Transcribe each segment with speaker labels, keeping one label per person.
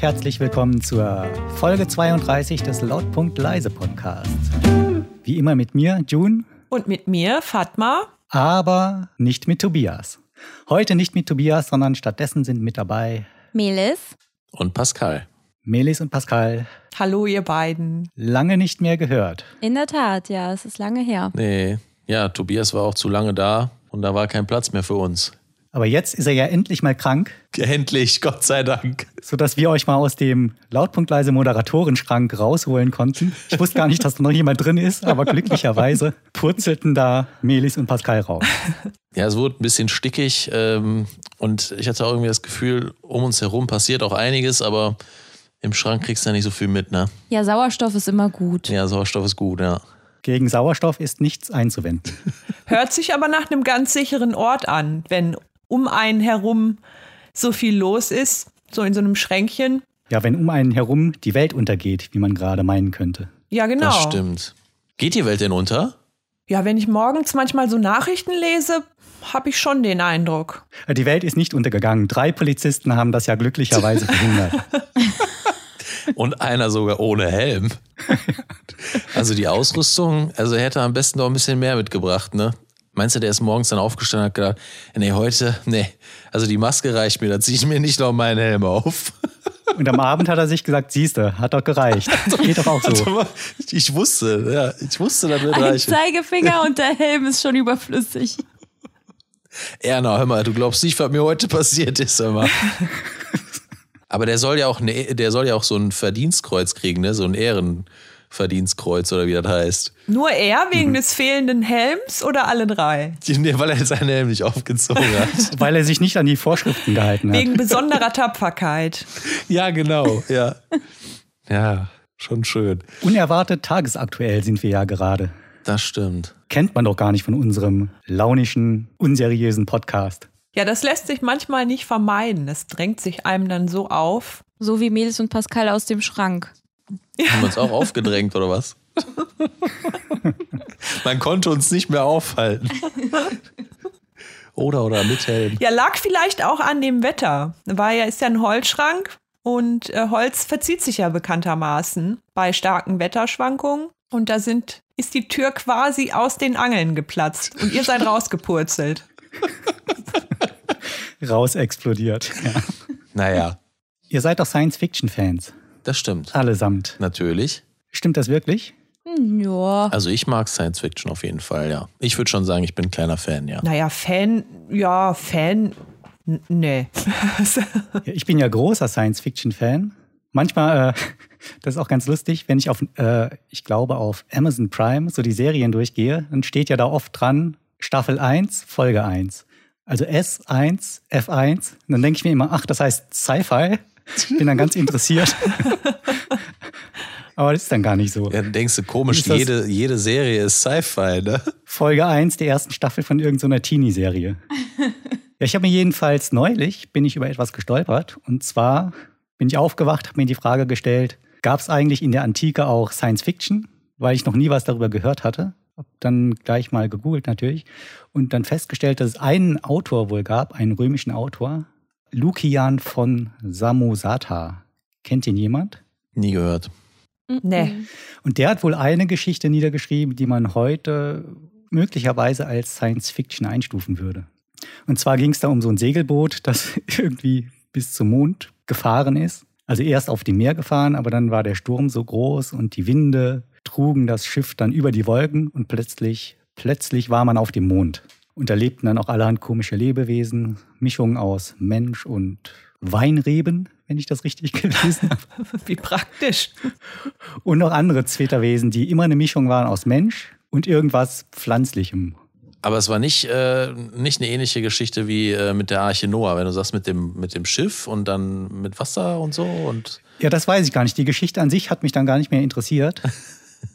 Speaker 1: herzlich willkommen zur Folge 32 des Lautpunkt Leise Podcasts. Wie immer mit mir, June,
Speaker 2: Und mit mir, Fatma.
Speaker 1: aber nicht mit Tobias. Heute nicht mit Tobias, sondern stattdessen sind mit dabei
Speaker 3: Melis.
Speaker 4: und Pascal.
Speaker 1: Melis und Pascal.
Speaker 2: Hallo, ihr beiden.
Speaker 1: Lange nicht mehr gehört.
Speaker 3: In der Tat, ja, es ist lange her.
Speaker 4: Nee, ja, Tobias war auch zu lange da und da war kein Platz mehr für uns.
Speaker 1: Aber jetzt ist er ja endlich mal krank,
Speaker 4: Endlich, Gott sei Dank.
Speaker 1: sodass wir euch mal aus dem Lautpunkt Leise Moderatorenschrank rausholen konnten. Ich wusste gar nicht, dass da noch jemand drin ist, aber glücklicherweise purzelten da Melis und Pascal raus.
Speaker 4: Ja, es wurde ein bisschen stickig ähm, und ich hatte auch irgendwie das Gefühl, um uns herum passiert auch einiges, aber im Schrank kriegst du ja nicht so viel mit, ne?
Speaker 3: Ja, Sauerstoff ist immer gut.
Speaker 4: Ja, Sauerstoff ist gut, ja.
Speaker 1: Gegen Sauerstoff ist nichts einzuwenden.
Speaker 2: Hört sich aber nach einem ganz sicheren Ort an, wenn um einen herum so viel los ist, so in so einem Schränkchen.
Speaker 1: Ja, wenn um einen herum die Welt untergeht, wie man gerade meinen könnte.
Speaker 2: Ja, genau.
Speaker 4: Das stimmt. Geht die Welt denn unter?
Speaker 2: Ja, wenn ich morgens manchmal so Nachrichten lese, habe ich schon den Eindruck.
Speaker 1: Äh, Die Welt ist nicht untergegangen. Drei Polizisten haben das ja glücklicherweise verhindert.
Speaker 4: Und einer sogar ohne Helm. Also die Ausrüstung, also hätte er am besten doch ein bisschen mehr mitgebracht, ne? Meinst du, der ist morgens dann aufgestanden und hat gedacht, nee, heute, nee, also die Maske reicht mir, da ziehe ich mir nicht noch meinen Helm auf.
Speaker 1: Und am Abend hat er sich gesagt, siehste, hat doch gereicht. Geht doch auch so.
Speaker 4: Ich wusste, ja, ich wusste, das wird
Speaker 3: Ein
Speaker 4: reichen.
Speaker 3: Zeigefinger und der Helm ist schon überflüssig.
Speaker 4: Erna, hör mal, du glaubst nicht, was mir heute passiert ist, hör mal. Aber der soll ja auch, ne, der soll ja auch so ein Verdienstkreuz kriegen, ne? So ein Ehrenverdienstkreuz oder wie das heißt.
Speaker 2: Nur er wegen
Speaker 4: Mhm.
Speaker 2: des fehlenden Helms oder alle drei?
Speaker 4: Nee, weil er seinen Helm nicht aufgezogen hat.
Speaker 1: Weil er sich nicht an die Vorschriften gehalten hat.
Speaker 2: Wegen besonderer Tapferkeit.
Speaker 4: Ja, genau, ja. Ja, schon schön.
Speaker 1: Unerwartet tagesaktuell sind wir ja gerade.
Speaker 4: Das stimmt.
Speaker 1: Kennt man doch gar nicht von unserem launischen, unseriösen Podcast.
Speaker 2: Ja, das lässt sich manchmal nicht vermeiden. Das drängt sich einem dann so auf.
Speaker 3: So wie Melis und Pascal aus dem Schrank.
Speaker 4: Haben wir uns auch aufgedrängt, oder was? Man konnte uns nicht mehr aufhalten. Oder oder mit Helm.
Speaker 2: Ja, lag vielleicht auch an dem Wetter. War ja, ist ja ein Holzschrank und äh, Holz verzieht sich ja bekanntermaßen bei starken Wetterschwankungen. Und da sind, ist die Tür quasi aus den Angeln geplatzt und ihr seid rausgepurzelt.
Speaker 1: Raus explodiert. Ja.
Speaker 4: Naja,
Speaker 1: Ihr seid doch Science-Fiction-Fans.
Speaker 4: das stimmt.
Speaker 1: Allesamt.
Speaker 4: Natürlich.
Speaker 1: Stimmt das wirklich?
Speaker 3: Hm, ja.
Speaker 4: Also ich mag Science Fiction auf jeden Fall, ja. Ich würde schon sagen, ich bin ein kleiner Fan, ja.
Speaker 2: Naja, Fan, ja, Fan, n- ne. nee.
Speaker 1: Ja, Ich bin ja großer Science-Fiction-Fan. Manchmal, äh, das ist auch ganz lustig, wenn ich auf, äh, ich glaube, auf Amazon Prime so die Serien durchgehe, dann steht ja da oft dran Staffel 1, Folge 1. Also S1, F1. Und dann denke ich mir immer, ach, das heißt Sci-Fi. Bin dann ganz interessiert. Aber das ist dann gar nicht so.
Speaker 4: Ja, dann denkst du komisch,
Speaker 1: Ist das-
Speaker 4: jede, jede Serie ist Sci-Fi, ne?
Speaker 1: Folge 1 der ersten Staffel von irgendeiner Teenie-Serie. ja, ich habe mir jedenfalls neulich, bin ich über etwas gestolpert. Und zwar bin ich aufgewacht, habe mir die Frage gestellt, gab es eigentlich in der Antike auch Science Fiction? Weil ich noch nie was darüber gehört hatte. Hab dann gleich mal gegoogelt natürlich und dann festgestellt, dass es einen Autor wohl gab, einen römischen Autor, Lukian von Samosata. Kennt ihn jemand?
Speaker 4: Nie gehört.
Speaker 3: Hm,
Speaker 2: Nee.
Speaker 1: Und der hat wohl eine Geschichte niedergeschrieben, die man heute möglicherweise als Science Fiction einstufen würde. Und zwar ging es da um so ein Segelboot, das irgendwie bis zum Mond gefahren ist. Also erst auf dem Meer gefahren, aber dann war der Sturm so groß und die Winde trugen das Schiff dann über die Wolken und plötzlich, plötzlich war man auf dem Mond. Und da lebten dann auch allerhand komische Lebewesen, Mischungen aus Mensch und Weinreben, wenn ich das richtig gelesen habe.
Speaker 2: Wie praktisch.
Speaker 1: Und noch andere Zwitterwesen, die immer eine Mischung waren aus Mensch und irgendwas Pflanzlichem.
Speaker 4: Aber es war nicht, äh, nicht eine ähnliche Geschichte wie äh, mit der Arche Noah, wenn du sagst, mit dem, mit dem Schiff und dann mit Wasser und so und
Speaker 1: Ja, das weiß ich gar nicht. Die Geschichte an sich hat mich dann gar nicht mehr interessiert,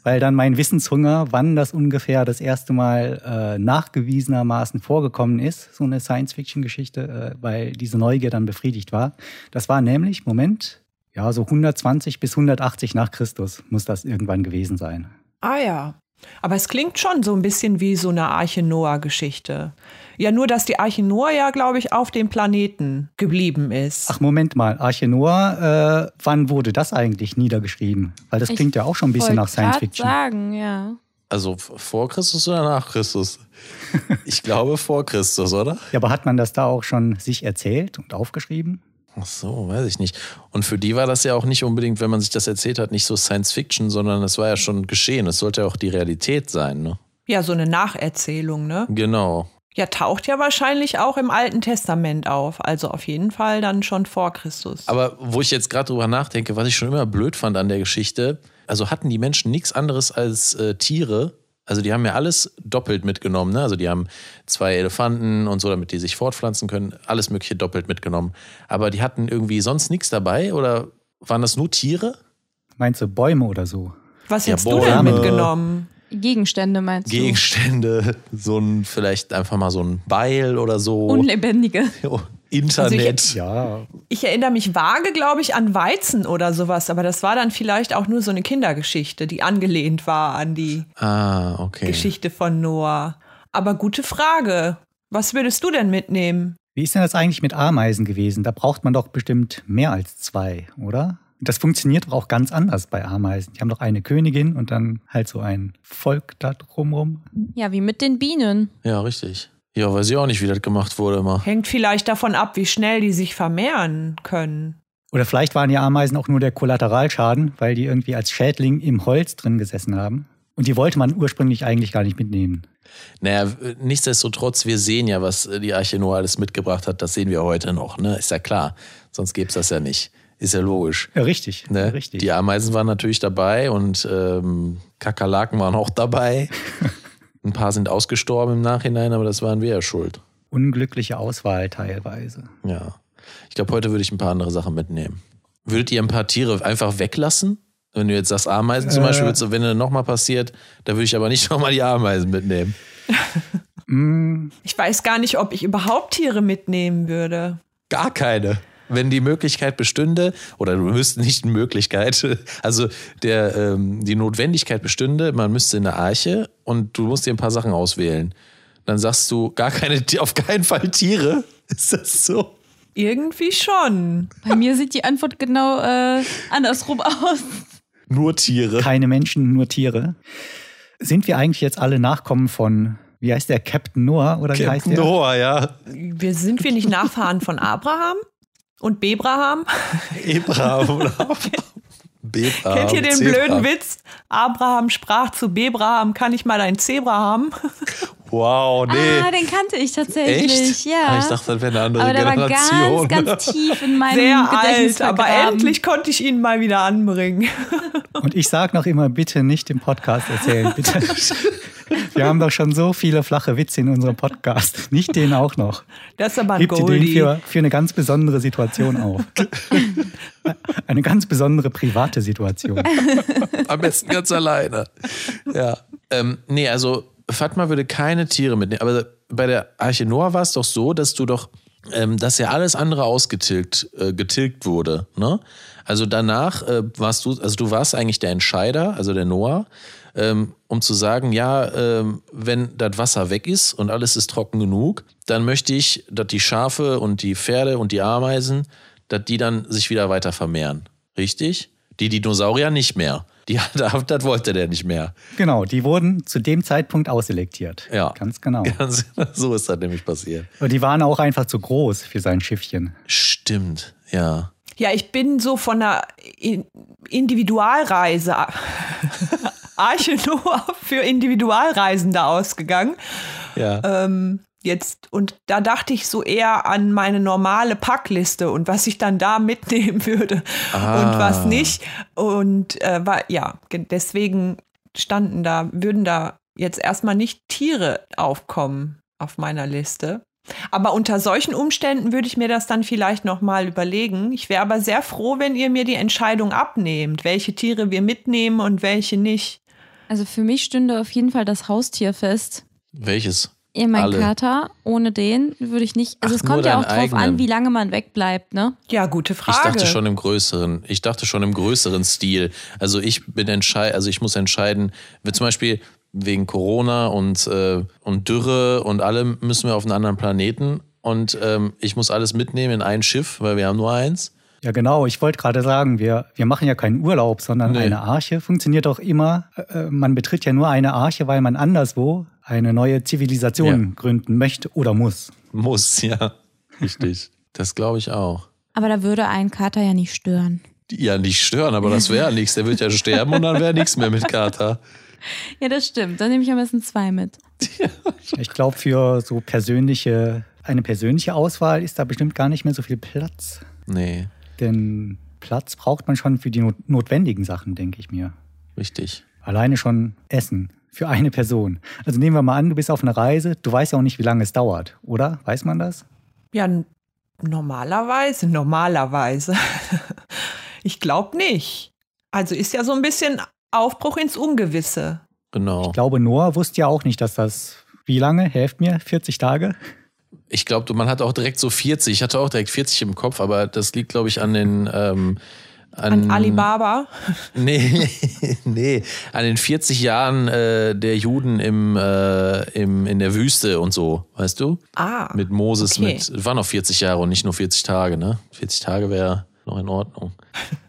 Speaker 1: weil dann mein Wissenshunger, wann das ungefähr das erste Mal äh, nachgewiesenermaßen vorgekommen ist, so eine Science-Fiction-Geschichte, äh, weil diese Neugier dann befriedigt war. Das war nämlich, Moment, ja, so 120 bis 180 nach Christus muss das irgendwann gewesen sein.
Speaker 2: Ah ja. Aber es klingt schon so ein bisschen wie so eine Arche Noah-Geschichte. Ja, nur dass die Arche Noah ja, glaube ich, auf dem Planeten geblieben ist.
Speaker 1: Ach, Moment mal, Arche Noah, äh, wann wurde das eigentlich niedergeschrieben? Weil das
Speaker 3: Ich
Speaker 1: klingt ja auch schon ein bisschen nach Science Fiction.
Speaker 3: sagen, ja.
Speaker 4: Also f- vor Christus oder nach Christus? Ich glaube vor Christus, oder?
Speaker 1: Ja, aber hat man das da auch schon sich erzählt und aufgeschrieben?
Speaker 4: Ach so, weiß ich nicht. Und für die war das ja auch nicht unbedingt, wenn man sich das erzählt hat, nicht so Science Fiction, sondern es war ja schon geschehen. Es sollte ja auch die Realität sein, ne?
Speaker 2: Ja, so eine Nacherzählung, ne?
Speaker 4: Genau.
Speaker 2: Ja, taucht ja wahrscheinlich auch im Alten Testament auf. Also auf jeden Fall dann schon vor Christus.
Speaker 4: Aber wo ich jetzt gerade drüber nachdenke, was ich schon immer blöd fand an der Geschichte, also hatten die Menschen nichts anderes als äh, Tiere. Also die haben ja alles doppelt mitgenommen. Ne? Also die haben zwei Elefanten und so, damit die sich fortpflanzen können. Alles Mögliche doppelt mitgenommen. Aber die hatten irgendwie sonst nichts dabei oder waren das nur Tiere?
Speaker 1: Meinst du Bäume oder so?
Speaker 2: Was
Speaker 4: Ja,
Speaker 2: hättest du denn
Speaker 4: Bäume.
Speaker 2: mitgenommen?
Speaker 3: Gegenstände meinst
Speaker 4: Gegenstände, so ein, vielleicht einfach mal so ein Beil oder so.
Speaker 3: du?
Speaker 1: Oh.
Speaker 3: Unlebendige.
Speaker 4: Internet.
Speaker 1: Ja.
Speaker 2: Ich erinnere mich vage, glaube ich, an Weizen oder sowas, aber das war dann vielleicht auch nur so eine Kindergeschichte, die angelehnt war an die
Speaker 4: ah, okay.
Speaker 2: Geschichte von Noah. Aber gute Frage. Was würdest du denn mitnehmen?
Speaker 1: Wie ist denn das eigentlich mit Ameisen gewesen? Da braucht man doch bestimmt mehr als zwei, oder? Das funktioniert doch auch ganz anders bei Ameisen. Die haben doch eine Königin und dann halt so ein Volk da drumrum.
Speaker 3: Ja, wie mit den Bienen.
Speaker 4: Ja, richtig. Ja, weiß ich auch nicht, wie das gemacht wurde immer.
Speaker 2: Hängt vielleicht davon ab, wie schnell die sich vermehren können.
Speaker 1: Oder vielleicht waren die Ameisen auch nur der Kollateralschaden, weil die irgendwie als Schädling im Holz drin gesessen haben. Und die wollte man ursprünglich eigentlich gar nicht mitnehmen.
Speaker 4: Naja, w- nichtsdestotrotz, wir sehen ja, was äh, die Arche Noah alles mitgebracht hat. Das sehen wir heute noch, ne? Ist ja klar. Sonst gäbe es das ja nicht. Ist ja logisch.
Speaker 1: Ja, richtig. Ja,
Speaker 4: Ne?
Speaker 1: richtig.
Speaker 4: Die Ameisen waren natürlich dabei und ähm, Kakerlaken waren auch dabei. Ein paar sind ausgestorben im Nachhinein, aber das waren wir ja schuld.
Speaker 1: Unglückliche Auswahl teilweise.
Speaker 4: Ja. Ich glaube, heute würde ich ein paar andere Sachen mitnehmen. Würdet ihr ein paar Tiere einfach weglassen? Wenn du jetzt sagst, Ameisen zum
Speaker 1: Äh.
Speaker 4: Beispiel, würdest du, wenn dir nochmal passiert, da würde ich aber nicht nochmal die Ameisen mitnehmen.
Speaker 1: Mm,
Speaker 2: Ich weiß gar nicht, ob ich überhaupt Tiere mitnehmen würde.
Speaker 4: Gar keine. Wenn die Möglichkeit bestünde, oder du müsstest nicht eine Möglichkeit, also der, ähm, die Notwendigkeit bestünde, man müsste in der Arche und du musst dir ein paar Sachen auswählen. Dann sagst du, gar keine, Ti- auf keinen Fall Tiere. Ist das so?
Speaker 2: Irgendwie schon.
Speaker 3: Bei mir sieht die Antwort genau äh, andersrum aus.
Speaker 4: Nur Tiere.
Speaker 1: keine Menschen, nur Tiere. Sind wir eigentlich jetzt alle Nachkommen von, wie heißt der, Captain Noah oder wie heißt
Speaker 4: Captain
Speaker 1: der?
Speaker 4: Noah, ja.
Speaker 2: Wir sind wir nicht Nachfahren von Abraham und Bebraham?
Speaker 4: Abraham oder Bebraham.
Speaker 2: Kennt ihr den
Speaker 4: Zebra.
Speaker 2: blöden Witz? Abraham sprach zu Bebraham, kann ich mal dein Zebra haben?
Speaker 4: Wow, nee.
Speaker 3: Ah, den kannte ich tatsächlich.
Speaker 4: Echt?
Speaker 3: Ja.
Speaker 4: Ah, ich dachte, das wäre eine andere
Speaker 3: aber der war
Speaker 4: Generation.
Speaker 3: ganz, ganz tief in meinem
Speaker 2: Sehr
Speaker 3: Gedächtnis
Speaker 2: alt, aber
Speaker 3: vergraben.
Speaker 2: endlich konnte ich ihn mal wieder anbringen.
Speaker 1: Und ich sage noch immer, bitte nicht im Podcast erzählen, bitte. Wir haben doch schon so viele flache Witze in unserem Podcast. Nicht den auch noch.
Speaker 2: Das ist aber ein
Speaker 1: Hebt ihr den
Speaker 2: Goldie.
Speaker 1: für, für eine ganz besondere Situation auf. Eine ganz besondere private Situation.
Speaker 4: Am besten ganz alleine. Ja. Ähm, nee, also Fatma würde keine Tiere mitnehmen. Aber bei der Arche Noah war es doch so, dass du doch, ähm, dass ja alles andere ausgetilgt äh, getilgt wurde. Ne? Also danach äh, warst du, also du warst eigentlich der Entscheider, also der Noah, ähm, um zu sagen, ja, ähm, wenn das Wasser weg ist und alles ist trocken genug, dann möchte ich, dass die Schafe und die Pferde und die Ameisen, dass die dann sich wieder weiter vermehren. Richtig? Die Dinosaurier nicht mehr. Die, da- das wollte der nicht mehr.
Speaker 1: Genau, die wurden zu dem Zeitpunkt ausselektiert.
Speaker 4: Ja.
Speaker 1: Ganz genau.
Speaker 4: Ganz- So ist das nämlich passiert.
Speaker 1: Und die waren auch einfach zu groß für sein Schiffchen.
Speaker 4: Stimmt, ja.
Speaker 2: Ja, ich bin so von einer In- Individualreise, Arche Noah für Individualreisende ausgegangen.
Speaker 4: Ja.
Speaker 2: Ähm, jetzt, und da dachte ich so eher an meine normale Packliste und was ich dann da mitnehmen würde
Speaker 4: Ah.
Speaker 2: und was nicht. Und äh, war, ja, ge- deswegen standen da, würden da jetzt erstmal nicht Tiere aufkommen auf meiner Liste. Aber unter solchen Umständen würde ich mir das dann vielleicht nochmal überlegen. Ich wäre aber sehr froh, wenn ihr mir die Entscheidung abnehmt, welche Tiere wir mitnehmen und welche nicht.
Speaker 3: Also für mich stünde auf jeden Fall das Haustier fest.
Speaker 4: Welches?
Speaker 3: Ja, mein
Speaker 4: Alle.
Speaker 3: Kater, ohne den würde ich nicht. Also
Speaker 4: Ach,
Speaker 3: es kommt
Speaker 4: nur
Speaker 3: ja auch drauf
Speaker 4: deinen eigenen.
Speaker 3: an, wie lange man wegbleibt, ne?
Speaker 2: Ja, gute
Speaker 4: Ich
Speaker 2: Frage.
Speaker 4: dachte schon im größeren, ich dachte schon im größeren Stil. Also ich bin entscheid, also ich muss entscheiden, wenn zum Beispiel, wegen Corona und, äh, und Dürre und allem müssen wir auf einen anderen Planeten. Und ähm, ich muss alles mitnehmen in ein Schiff, weil wir haben nur eins.
Speaker 1: Ja, genau. Ich wollte gerade sagen, wir, wir machen ja keinen Urlaub, sondern
Speaker 4: Nee.
Speaker 1: eine Arche funktioniert doch immer. Äh, man betritt ja nur eine Arche, weil man anderswo eine neue Zivilisation
Speaker 4: Ja.
Speaker 1: gründen möchte oder muss.
Speaker 4: Muss, ja. Richtig. Das glaube ich auch.
Speaker 5: Aber da würde ein Kater ja nicht stören.
Speaker 4: Ja, nicht stören, aber das wäre nichts. Der wird ja sterben und dann wäre nichts mehr mit Kater.
Speaker 5: Ja, das stimmt. Dann nehme ich am besten zwei mit.
Speaker 1: Ich glaube, für so persönliche, eine persönliche Auswahl ist da bestimmt gar nicht mehr so viel Platz.
Speaker 4: Nee,
Speaker 1: Denn Platz braucht man schon für die not notwendigen Sachen, denke ich mir.
Speaker 4: richtig.
Speaker 1: Alleine schon Essen für eine Person. Also nehmen wir mal an, du bist auf einer Reise, du weißt ja auch nicht, wie lange es dauert, oder? Weiß man das?
Speaker 2: Ja, n- normalerweise, normalerweise. ich glaube nicht. Also ist ja so ein bisschen Aufbruch ins Ungewisse.
Speaker 4: Genau.
Speaker 1: Ich glaube, Noah wusste ja auch nicht, dass das. Wie lange? Helft mir? 40 Tage?
Speaker 4: Ich glaube, man hat auch direkt so 40. Ich hatte auch direkt 40 im Kopf, aber das liegt, glaube ich, an den. Ähm,
Speaker 2: An Alibaba.
Speaker 4: Nee, nee, an den 40 Jahren äh, der Juden im, äh, im, in der Wüste und so, weißt du?
Speaker 2: Ah,
Speaker 4: Mit Moses,
Speaker 2: okay.
Speaker 4: mit, waren noch 40 Jahre und nicht nur 40 Tage, ne? 40 Tage wäre noch in Ordnung.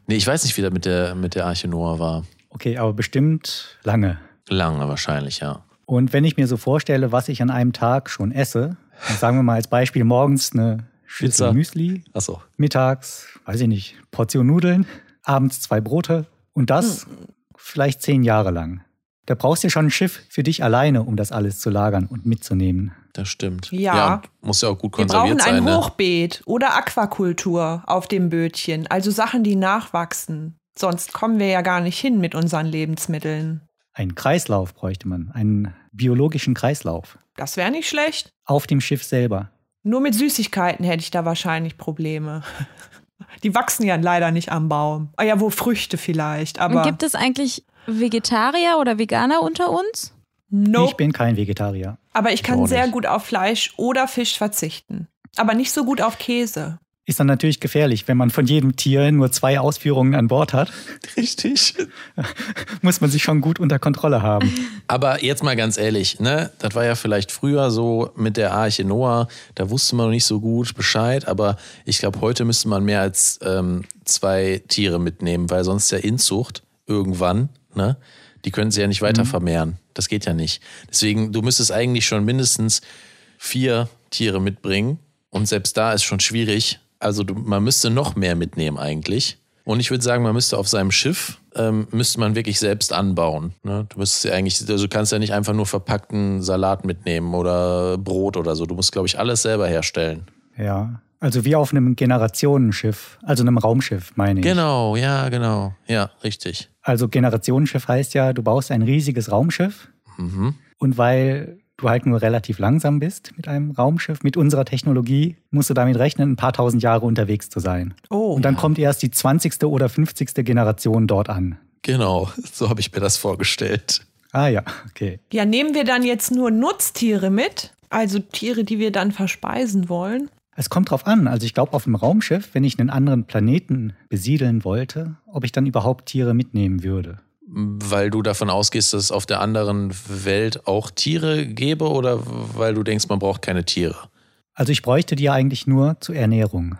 Speaker 4: Nee, ich weiß nicht, wie das mit der, mit der Arche Noah war.
Speaker 1: Okay, aber bestimmt lange.
Speaker 4: Lange wahrscheinlich, ja.
Speaker 1: Und wenn ich mir so vorstelle, was ich an einem Tag schon esse, dann sagen wir mal als Beispiel morgens eine Schüssel
Speaker 4: Pizza.
Speaker 1: Müsli,
Speaker 4: Achso.
Speaker 1: mittags, weiß ich nicht, Portion Nudeln, abends zwei Brote und das vielleicht zehn Jahre lang. Da brauchst du schon ein Schiff für dich alleine, um das alles zu lagern und mitzunehmen.
Speaker 4: Das stimmt.
Speaker 2: Ja.
Speaker 4: und muss ja auch gut
Speaker 2: wir brauchen
Speaker 4: konserviert sein,
Speaker 2: ein
Speaker 4: ne?
Speaker 2: Hochbeet oder Aquakultur auf dem Bötchen. Also Sachen, die nachwachsen. Sonst kommen wir ja gar nicht hin mit unseren Lebensmitteln.
Speaker 1: Einen Kreislauf bräuchte man, einen biologischen Kreislauf
Speaker 2: Das wäre nicht schlecht.
Speaker 1: auf dem Schiff selber.
Speaker 2: Nur mit Süßigkeiten hätte ich da wahrscheinlich Probleme. Die wachsen ja leider nicht am Baum. Ah ja, wo Früchte vielleicht, aber
Speaker 5: Und gibt es eigentlich Vegetarier oder Veganer unter uns?
Speaker 1: Ich
Speaker 2: nope.
Speaker 1: bin kein Vegetarier.
Speaker 2: Aber ich
Speaker 4: auch
Speaker 2: kann sehr
Speaker 4: nicht.
Speaker 2: gut auf Fleisch oder Fisch verzichten. Aber nicht so gut auf Käse.
Speaker 1: Ist dann natürlich gefährlich, wenn man von jedem Tier nur zwei Ausführungen an Bord hat,
Speaker 4: Richtig.
Speaker 1: muss man sich schon gut unter Kontrolle haben.
Speaker 4: Aber jetzt mal ganz ehrlich, ne? Das war ja vielleicht früher so mit der Arche Noah, da wusste man noch nicht so gut Bescheid, aber ich glaube, heute müsste man mehr als ähm, zwei Tiere mitnehmen, weil sonst ja Inzucht irgendwann, ne? Die können sie ja nicht
Speaker 2: Mhm.
Speaker 4: weiter vermehren. Das geht ja nicht. Deswegen, du müsstest eigentlich schon mindestens vier Tiere mitbringen. Und selbst da ist schon schwierig. Also du, man müsste noch mehr mitnehmen eigentlich. Und ich würde sagen, man müsste auf seinem Schiff, ähm, müsste man wirklich selbst anbauen. Ne? Du müsstest ja eigentlich, also du kannst ja nicht einfach nur verpackten Salat mitnehmen oder Brot oder so. Du musst, glaube ich, alles selber herstellen.
Speaker 1: Ja. Also wie auf einem Generationenschiff, also einem Raumschiff, meine ich.
Speaker 4: Genau, ja, genau. Ja, richtig.
Speaker 1: Also Generationenschiff heißt ja, du baust ein riesiges Raumschiff
Speaker 4: Mhm.
Speaker 1: und weil du halt nur relativ langsam bist mit einem Raumschiff, mit unserer Technologie, musst du damit rechnen, ein paar tausend Jahre unterwegs zu sein.
Speaker 2: Oh,
Speaker 1: Und dann kommt erst die 20. oder 50. Generation dort an.
Speaker 4: Genau, so habe ich mir das vorgestellt.
Speaker 1: Ah ja, okay.
Speaker 2: ja, nehmen wir dann jetzt nur Nutztiere mit? Also Tiere, die wir dann verspeisen wollen?
Speaker 1: Es kommt drauf an. Also ich glaube, auf dem Raumschiff, wenn ich einen anderen Planeten besiedeln wollte, ob ich dann überhaupt Tiere mitnehmen würde.
Speaker 4: Weil du davon ausgehst, dass es auf der anderen Welt auch Tiere gäbe oder weil du denkst, man braucht keine Tiere?
Speaker 1: Also ich bräuchte die ja eigentlich nur zur Ernährung.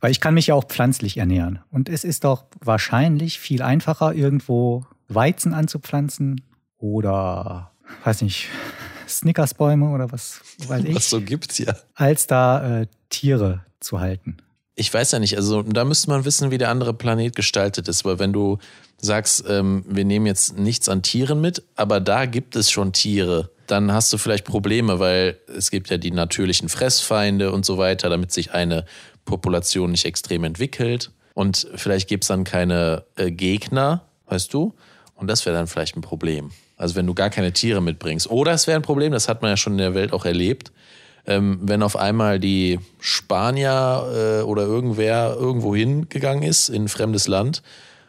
Speaker 1: Weil ich kann mich ja auch pflanzlich ernähren. Und es ist doch wahrscheinlich viel einfacher, irgendwo Weizen anzupflanzen oder, weiß nicht, Snickersbäume oder was weiß ich,
Speaker 4: Was so gibt's ja.
Speaker 1: als da äh, Tiere zu halten.
Speaker 4: Ich weiß ja nicht, also da müsste man wissen, wie der andere Planet gestaltet ist, weil wenn du sagst, ähm, wir nehmen jetzt nichts an Tieren mit, aber da gibt es schon Tiere, dann hast du vielleicht Probleme, weil es gibt ja die natürlichen Fressfeinde und so weiter, damit sich eine Population nicht extrem entwickelt und vielleicht gibt's dann keine äh, Gegner, weißt du? Und das wäre dann vielleicht ein Problem. Also wenn du gar keine Tiere mitbringst. Oder es wäre ein Problem, das hat man ja schon in der Welt auch erlebt, ähm, wenn auf einmal die Spanier äh, oder irgendwer irgendwo hingegangen ist in ein fremdes Land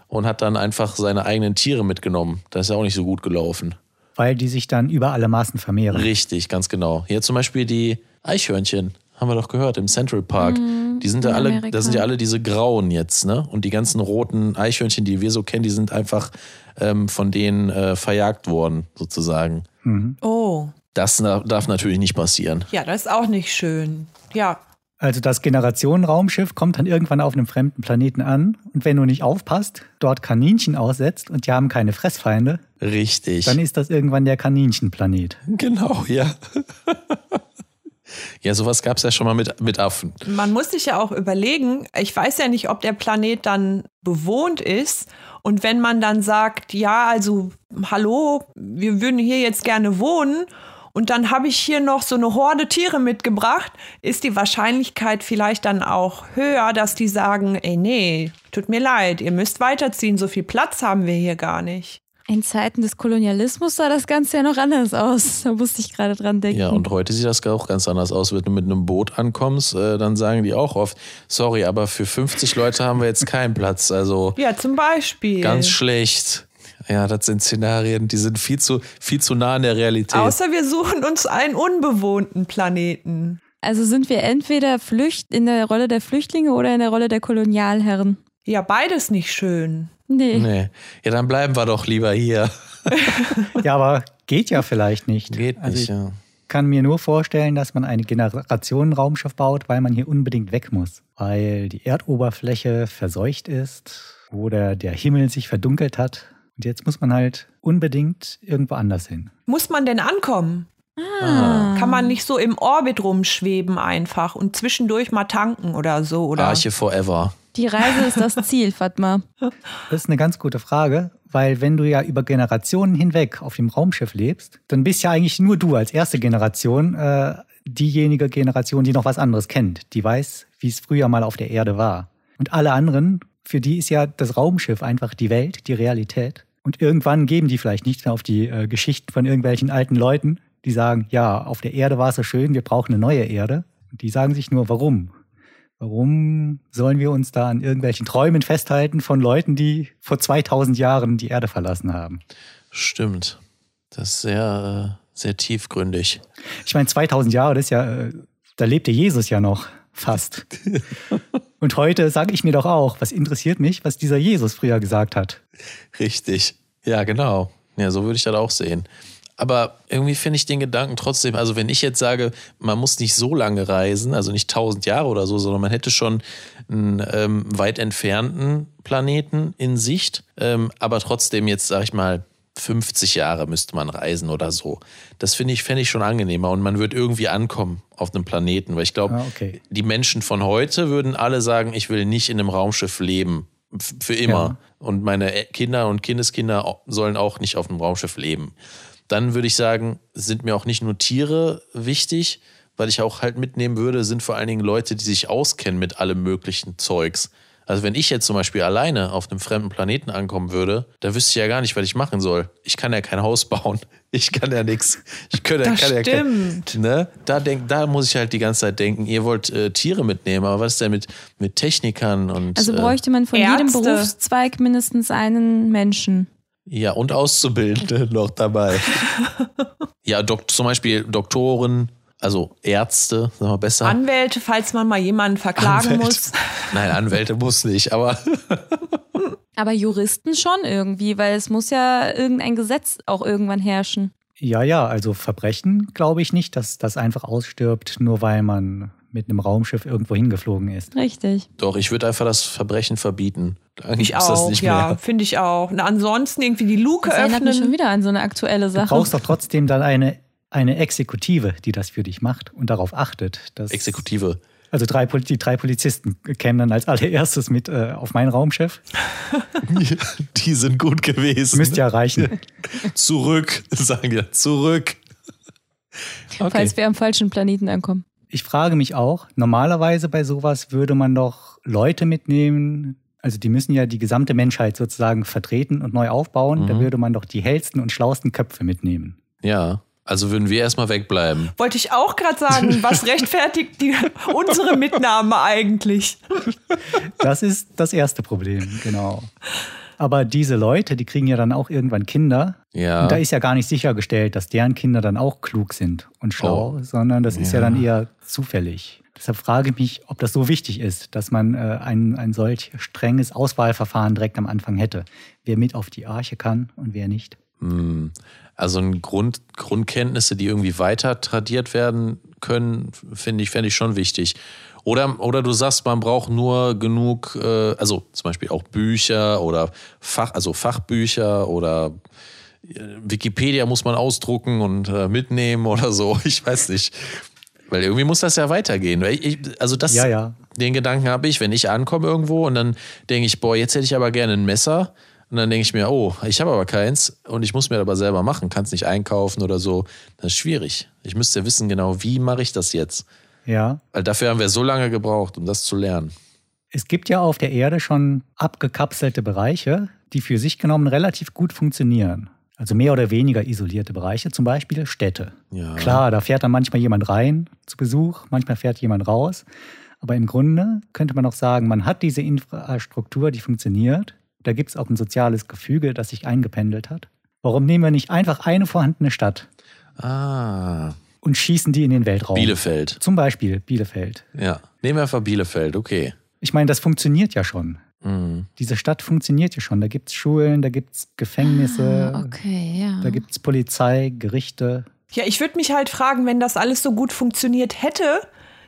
Speaker 4: und hat dann einfach seine eigenen Tiere mitgenommen. Das ist ja auch nicht so gut gelaufen.
Speaker 1: Weil die sich dann über alle Maßen vermehren.
Speaker 4: Richtig, ganz genau. Hier zum Beispiel die Eichhörnchen, haben wir doch gehört, im Central Park. Die sind ja
Speaker 5: Mhm, in
Speaker 4: alle,
Speaker 5: Amerika.
Speaker 4: da sind ja alle diese grauen jetzt, ne? Und die ganzen roten Eichhörnchen, die wir so kennen, die sind einfach ähm, von denen äh, verjagt worden, sozusagen.
Speaker 1: Mhm.
Speaker 2: Oh,
Speaker 4: Das na, darf natürlich nicht passieren.
Speaker 2: ja, das ist auch nicht schön. Ja,
Speaker 1: Also das Generationenraumschiff kommt dann irgendwann auf einem fremden Planeten an und wenn du nicht aufpasst, dort Kaninchen aussetzt und die haben keine Fressfeinde,
Speaker 4: Richtig.
Speaker 1: dann ist das irgendwann der Kaninchenplanet.
Speaker 4: Genau, ja. ja, sowas gab es ja schon mal mit, mit Affen.
Speaker 2: man muss sich ja auch überlegen, ich weiß ja nicht, ob der Planet dann bewohnt ist. Und wenn man dann sagt, ja, also hallo, wir würden hier jetzt gerne wohnen und dann habe ich hier noch so eine Horde Tiere mitgebracht, ist die Wahrscheinlichkeit vielleicht dann auch höher, dass die sagen, ey nee, tut mir leid, ihr müsst weiterziehen, so viel Platz haben wir hier gar nicht.
Speaker 5: In Zeiten des Kolonialismus sah das Ganze ja noch anders aus. Da musste ich gerade dran denken.
Speaker 4: Ja, und heute sieht das auch ganz anders aus. Wenn du mit einem Boot ankommst, äh, dann sagen die auch oft, sorry, aber für 50 Leute haben wir jetzt keinen Platz. Also
Speaker 2: Ja, zum Beispiel.
Speaker 4: ganz schlecht. Ja, das sind Szenarien, die sind viel zu, viel zu nah an der Realität.
Speaker 2: Außer wir suchen uns einen unbewohnten Planeten.
Speaker 5: Also sind wir entweder Flücht in der Rolle der Flüchtlinge oder in der Rolle der Kolonialherren.
Speaker 2: Ja, beides nicht schön.
Speaker 5: Nee.
Speaker 4: nee. Ja, dann bleiben wir doch lieber hier.
Speaker 1: Ja, aber geht ja vielleicht nicht.
Speaker 4: Geht
Speaker 1: Also
Speaker 4: nicht,
Speaker 1: ich
Speaker 4: ja.
Speaker 1: kann mir nur vorstellen, dass man ein Generationenraumschiff baut, weil man hier unbedingt weg muss. Weil die Erdoberfläche verseucht ist oder der Himmel sich verdunkelt hat. Und jetzt muss man halt unbedingt irgendwo anders hin.
Speaker 2: Muss man denn ankommen?
Speaker 4: Ah.
Speaker 2: Kann man nicht so im Orbit rumschweben einfach und zwischendurch mal tanken oder so? Oder?
Speaker 4: Arche Forever.
Speaker 5: Die Reise ist das Ziel, Fatma.
Speaker 1: Das ist eine ganz gute Frage, weil wenn du ja über Generationen hinweg auf dem Raumschiff lebst, dann bist ja eigentlich nur du als erste Generation äh, diejenige Generation, die noch was anderes kennt, die weiß, wie es früher mal auf der Erde war. Und alle anderen, für die ist ja das Raumschiff einfach die Welt, die Realität. Und irgendwann geben die vielleicht nicht mehr auf die äh, Geschichten von irgendwelchen alten Leuten, die sagen, ja, auf der Erde war es so schön, wir brauchen eine neue Erde. Und die sagen sich nur, warum? Warum sollen wir uns da an irgendwelchen Träumen festhalten von Leuten, die vor 2000 Jahren die Erde verlassen haben?
Speaker 4: Stimmt. Das ist sehr, äh, sehr tiefgründig.
Speaker 1: Ich meine, 2000 Jahre, das ist ja, äh, da lebte Jesus ja noch fast. Und heute sage ich mir doch auch, was interessiert mich, was dieser Jesus früher gesagt hat.
Speaker 4: Richtig. Ja, genau. Ja, so würde ich das auch sehen. Aber irgendwie finde ich den Gedanken trotzdem, also wenn ich jetzt sage, man muss nicht so lange reisen, also nicht tausend Jahre oder so, sondern man hätte schon einen ähm, weit entfernten Planeten in Sicht, ähm, aber trotzdem jetzt, sag ich mal, 50 Jahre müsste man reisen oder so. Das finde ich, fände ich schon angenehmer und man wird irgendwie ankommen auf einem Planeten, weil ich glaube,
Speaker 1: Ah, okay.
Speaker 4: die Menschen von heute würden alle sagen, ich will nicht in einem Raumschiff leben. F- Für immer. Und meine Ä- Kinder und Kindeskinder au- sollen auch nicht auf einem Raumschiff leben. Dann würde ich sagen, sind mir auch nicht nur Tiere wichtig, weil ich auch halt mitnehmen würde, sind vor allen Dingen Leute, die sich auskennen mit allem möglichen Zeugs. Also wenn ich jetzt zum Beispiel alleine auf einem fremden Planeten ankommen würde, da wüsste ich ja gar nicht, was ich machen soll. Ich kann ja kein Haus bauen. Ich kann ja nichts. Ich kann, ja-
Speaker 2: Das
Speaker 4: kann ja kein,
Speaker 2: stimmt.
Speaker 4: Ne? Da, denk, da muss ich halt die ganze Zeit denken, ihr wollt äh, Tiere mitnehmen, aber was ist denn mit, mit Technikern und,
Speaker 5: Also
Speaker 4: äh,
Speaker 5: bräuchte man von jedem
Speaker 2: Ärzte.
Speaker 5: Berufszweig mindestens einen Menschen.
Speaker 4: ja, und Auszubildende noch dabei? ja, dok zum Beispiel Doktoren, also Ärzte, sagen wir besser.
Speaker 2: Anwälte, falls man mal jemanden verklagen
Speaker 4: Anwälte.
Speaker 2: muss.
Speaker 4: Nein, Anwälte muss nicht, aber
Speaker 5: Aber Juristen schon irgendwie, weil es muss ja irgendein Gesetz auch irgendwann herrschen.
Speaker 1: Ja, ja, also Verbrechen glaube ich nicht, dass das einfach ausstirbt, nur weil man mit einem Raumschiff irgendwo hingeflogen ist.
Speaker 5: Richtig.
Speaker 4: doch, ich würde einfach das Verbrechen verbieten. Dann
Speaker 2: Ich
Speaker 4: gibt's das
Speaker 2: auch,
Speaker 4: nicht
Speaker 2: ja,
Speaker 4: mehr.
Speaker 2: finde ich auch. Na, ansonsten irgendwie die Luke
Speaker 5: Das erinnert mich schon
Speaker 2: öffnen.
Speaker 5: wieder an so eine aktuelle
Speaker 1: Du
Speaker 5: Sache.
Speaker 1: brauchst doch trotzdem dann eine, eine Exekutive, die das für dich macht und darauf achtet, dass
Speaker 4: Exekutive.
Speaker 1: Also drei, Poli- die drei Polizisten kämen dann als allererstes mit äh, auf mein Raumschiff.
Speaker 4: Die sind gut gewesen.
Speaker 1: Müsste ja reichen.
Speaker 4: Zurück, sagen wir, zurück. Okay.
Speaker 5: Falls wir am falschen Planeten ankommen.
Speaker 1: Ich frage mich auch, normalerweise bei sowas würde man doch Leute mitnehmen. Also die müssen ja die gesamte Menschheit sozusagen vertreten und neu aufbauen. Da würde man doch die hellsten und schlausten Köpfe mitnehmen.
Speaker 4: ja, also würden wir erstmal wegbleiben.
Speaker 2: Wollte ich auch gerade sagen, was rechtfertigt die, unsere Mitnahme eigentlich?
Speaker 1: Das ist das erste Problem, genau. Aber diese Leute, die kriegen ja dann auch irgendwann Kinder.
Speaker 4: Ja.
Speaker 1: Und da ist ja gar nicht sichergestellt, dass deren Kinder dann auch klug sind und schlau, sondern das ist ja
Speaker 4: Oh. Ja.
Speaker 1: dann eher zufällig. Deshalb frage ich mich, ob das so wichtig ist, dass man äh, ein, ein solch strenges Auswahlverfahren direkt am Anfang hätte. Wer mit auf die Arche kann und wer nicht.
Speaker 4: Hm. Also ein Grund, Grundkenntnisse, die irgendwie weiter tradiert werden können, finde ich, fände ich schon wichtig. Oder, oder du sagst, man braucht nur genug, äh, also zum Beispiel auch Bücher oder Fach, also Fachbücher oder äh, Wikipedia muss man ausdrucken und äh, mitnehmen oder so. Ich weiß nicht. Weil irgendwie muss das ja weitergehen. Weil Ich, also das,
Speaker 1: Ja, ja.
Speaker 4: den Gedanken habe ich, wenn ich ankomme irgendwo und dann denke ich, boah, jetzt hätte ich aber gerne ein Messer. Und dann denke ich mir, oh, ich habe aber keins und ich muss mir aber selber machen, kann es nicht einkaufen oder so. Das ist schwierig. Ich müsste wissen genau, wie mache ich das jetzt.
Speaker 1: Ja.
Speaker 4: Weil dafür haben wir so lange gebraucht, um das zu lernen.
Speaker 1: Es gibt ja auf der Erde schon abgekapselte Bereiche, die für sich genommen relativ gut funktionieren. Also mehr oder weniger isolierte Bereiche, zum Beispiel Städte.
Speaker 4: Ja.
Speaker 1: Klar, da fährt dann manchmal jemand rein zu Besuch, manchmal fährt jemand raus. Aber im Grunde könnte man auch sagen, man hat diese Infrastruktur, die funktioniert. Da gibt es auch ein soziales Gefüge, das sich eingependelt hat. Warum nehmen wir nicht einfach eine vorhandene Stadt
Speaker 4: Ah,
Speaker 1: und schießen die in den Weltraum?
Speaker 4: Bielefeld.
Speaker 1: Zum Beispiel Bielefeld.
Speaker 4: Ja. Nehmen wir einfach Bielefeld, okay.
Speaker 1: Ich meine, das funktioniert ja schon.
Speaker 4: Hm.
Speaker 1: diese Stadt funktioniert ja schon. Da gibt es Schulen, da gibt es Gefängnisse,
Speaker 5: Okay, ja.
Speaker 1: da gibt es Polizei, Gerichte.
Speaker 2: Ja, ich würde mich halt fragen, wenn das alles so gut funktioniert hätte,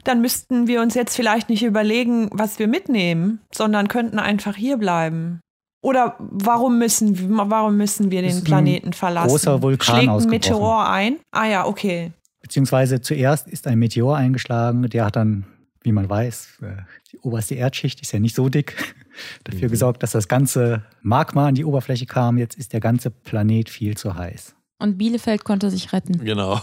Speaker 2: dann müssten wir uns jetzt vielleicht nicht überlegen, was wir mitnehmen, sondern könnten einfach hier bleiben. Oder warum müssen, warum müssen wir
Speaker 1: Es
Speaker 2: den
Speaker 1: ist ein
Speaker 2: Planeten verlassen?
Speaker 1: großer Vulkan
Speaker 2: Schlägt ein
Speaker 1: ausgebrochen.
Speaker 2: Meteor ein? Ah ja, okay.
Speaker 1: Beziehungsweise zuerst ist ein Meteor eingeschlagen, der hat dann, wie man weiß, äh, die oberste Erdschicht ist ja nicht so dick, dafür gesorgt, dass das ganze Magma an die Oberfläche kam. Jetzt ist der ganze Planet viel zu heiß.
Speaker 5: Und Bielefeld konnte sich retten.
Speaker 4: Genau.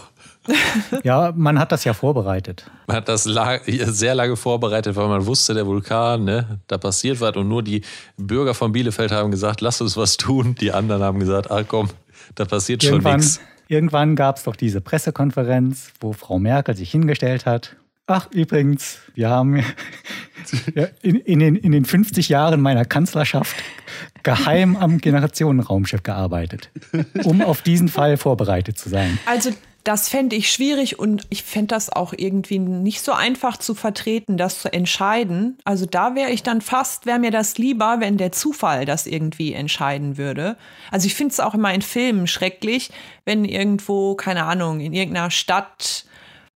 Speaker 1: Ja, man hat das ja vorbereitet.
Speaker 4: Man hat das la- sehr lange vorbereitet, weil man wusste, der Vulkan, ne, da passiert was. Und nur die Bürger von Bielefeld haben gesagt, lass uns was tun. Die anderen haben gesagt, ah komm, da passiert schon
Speaker 1: Irgendwann,
Speaker 4: nichts.
Speaker 1: irgendwann gab es doch diese Pressekonferenz, wo Frau Merkel sich hingestellt hat. Ach, übrigens, wir haben ja, in, in, den, in den 50 Jahren meiner Kanzlerschaft geheim am Generationenraumschiff gearbeitet, um auf diesen Fall vorbereitet zu sein.
Speaker 2: Also das fände ich schwierig und ich fände das auch irgendwie nicht so einfach zu vertreten, das zu entscheiden. Also da wäre ich dann fast, wäre mir das lieber, wenn der Zufall das irgendwie entscheiden würde. Also ich finde es auch immer in Filmen schrecklich, wenn irgendwo, keine Ahnung, in irgendeiner Stadt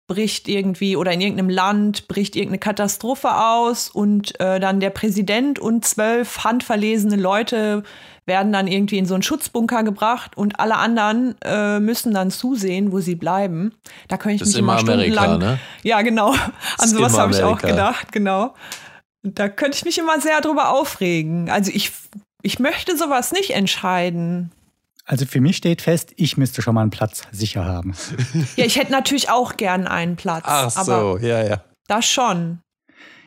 Speaker 2: bricht irgendwie oder in irgendeinem Land bricht irgendeine Katastrophe aus und äh, dann der Präsident und zwölf handverlesene Leute werden dann irgendwie in so einen Schutzbunker gebracht und alle anderen äh, müssen dann zusehen, wo sie bleiben. Da könnte ich
Speaker 4: Das ist
Speaker 2: mich immer,
Speaker 4: immer Amerika,
Speaker 2: stundenlang.
Speaker 4: ne?
Speaker 2: Ja, genau. An
Speaker 4: ist
Speaker 2: sowas
Speaker 4: immer
Speaker 2: habe ich auch
Speaker 4: Amerika.
Speaker 2: gedacht, genau. Da könnte ich mich immer sehr drüber aufregen. Also ich, ich möchte sowas nicht entscheiden.
Speaker 1: Also für mich steht fest, ich müsste schon mal einen Platz sicher haben.
Speaker 2: Ja, ich hätte natürlich auch gern einen Platz.
Speaker 4: Ach
Speaker 2: Aber
Speaker 4: so, ja, ja.
Speaker 2: das schon.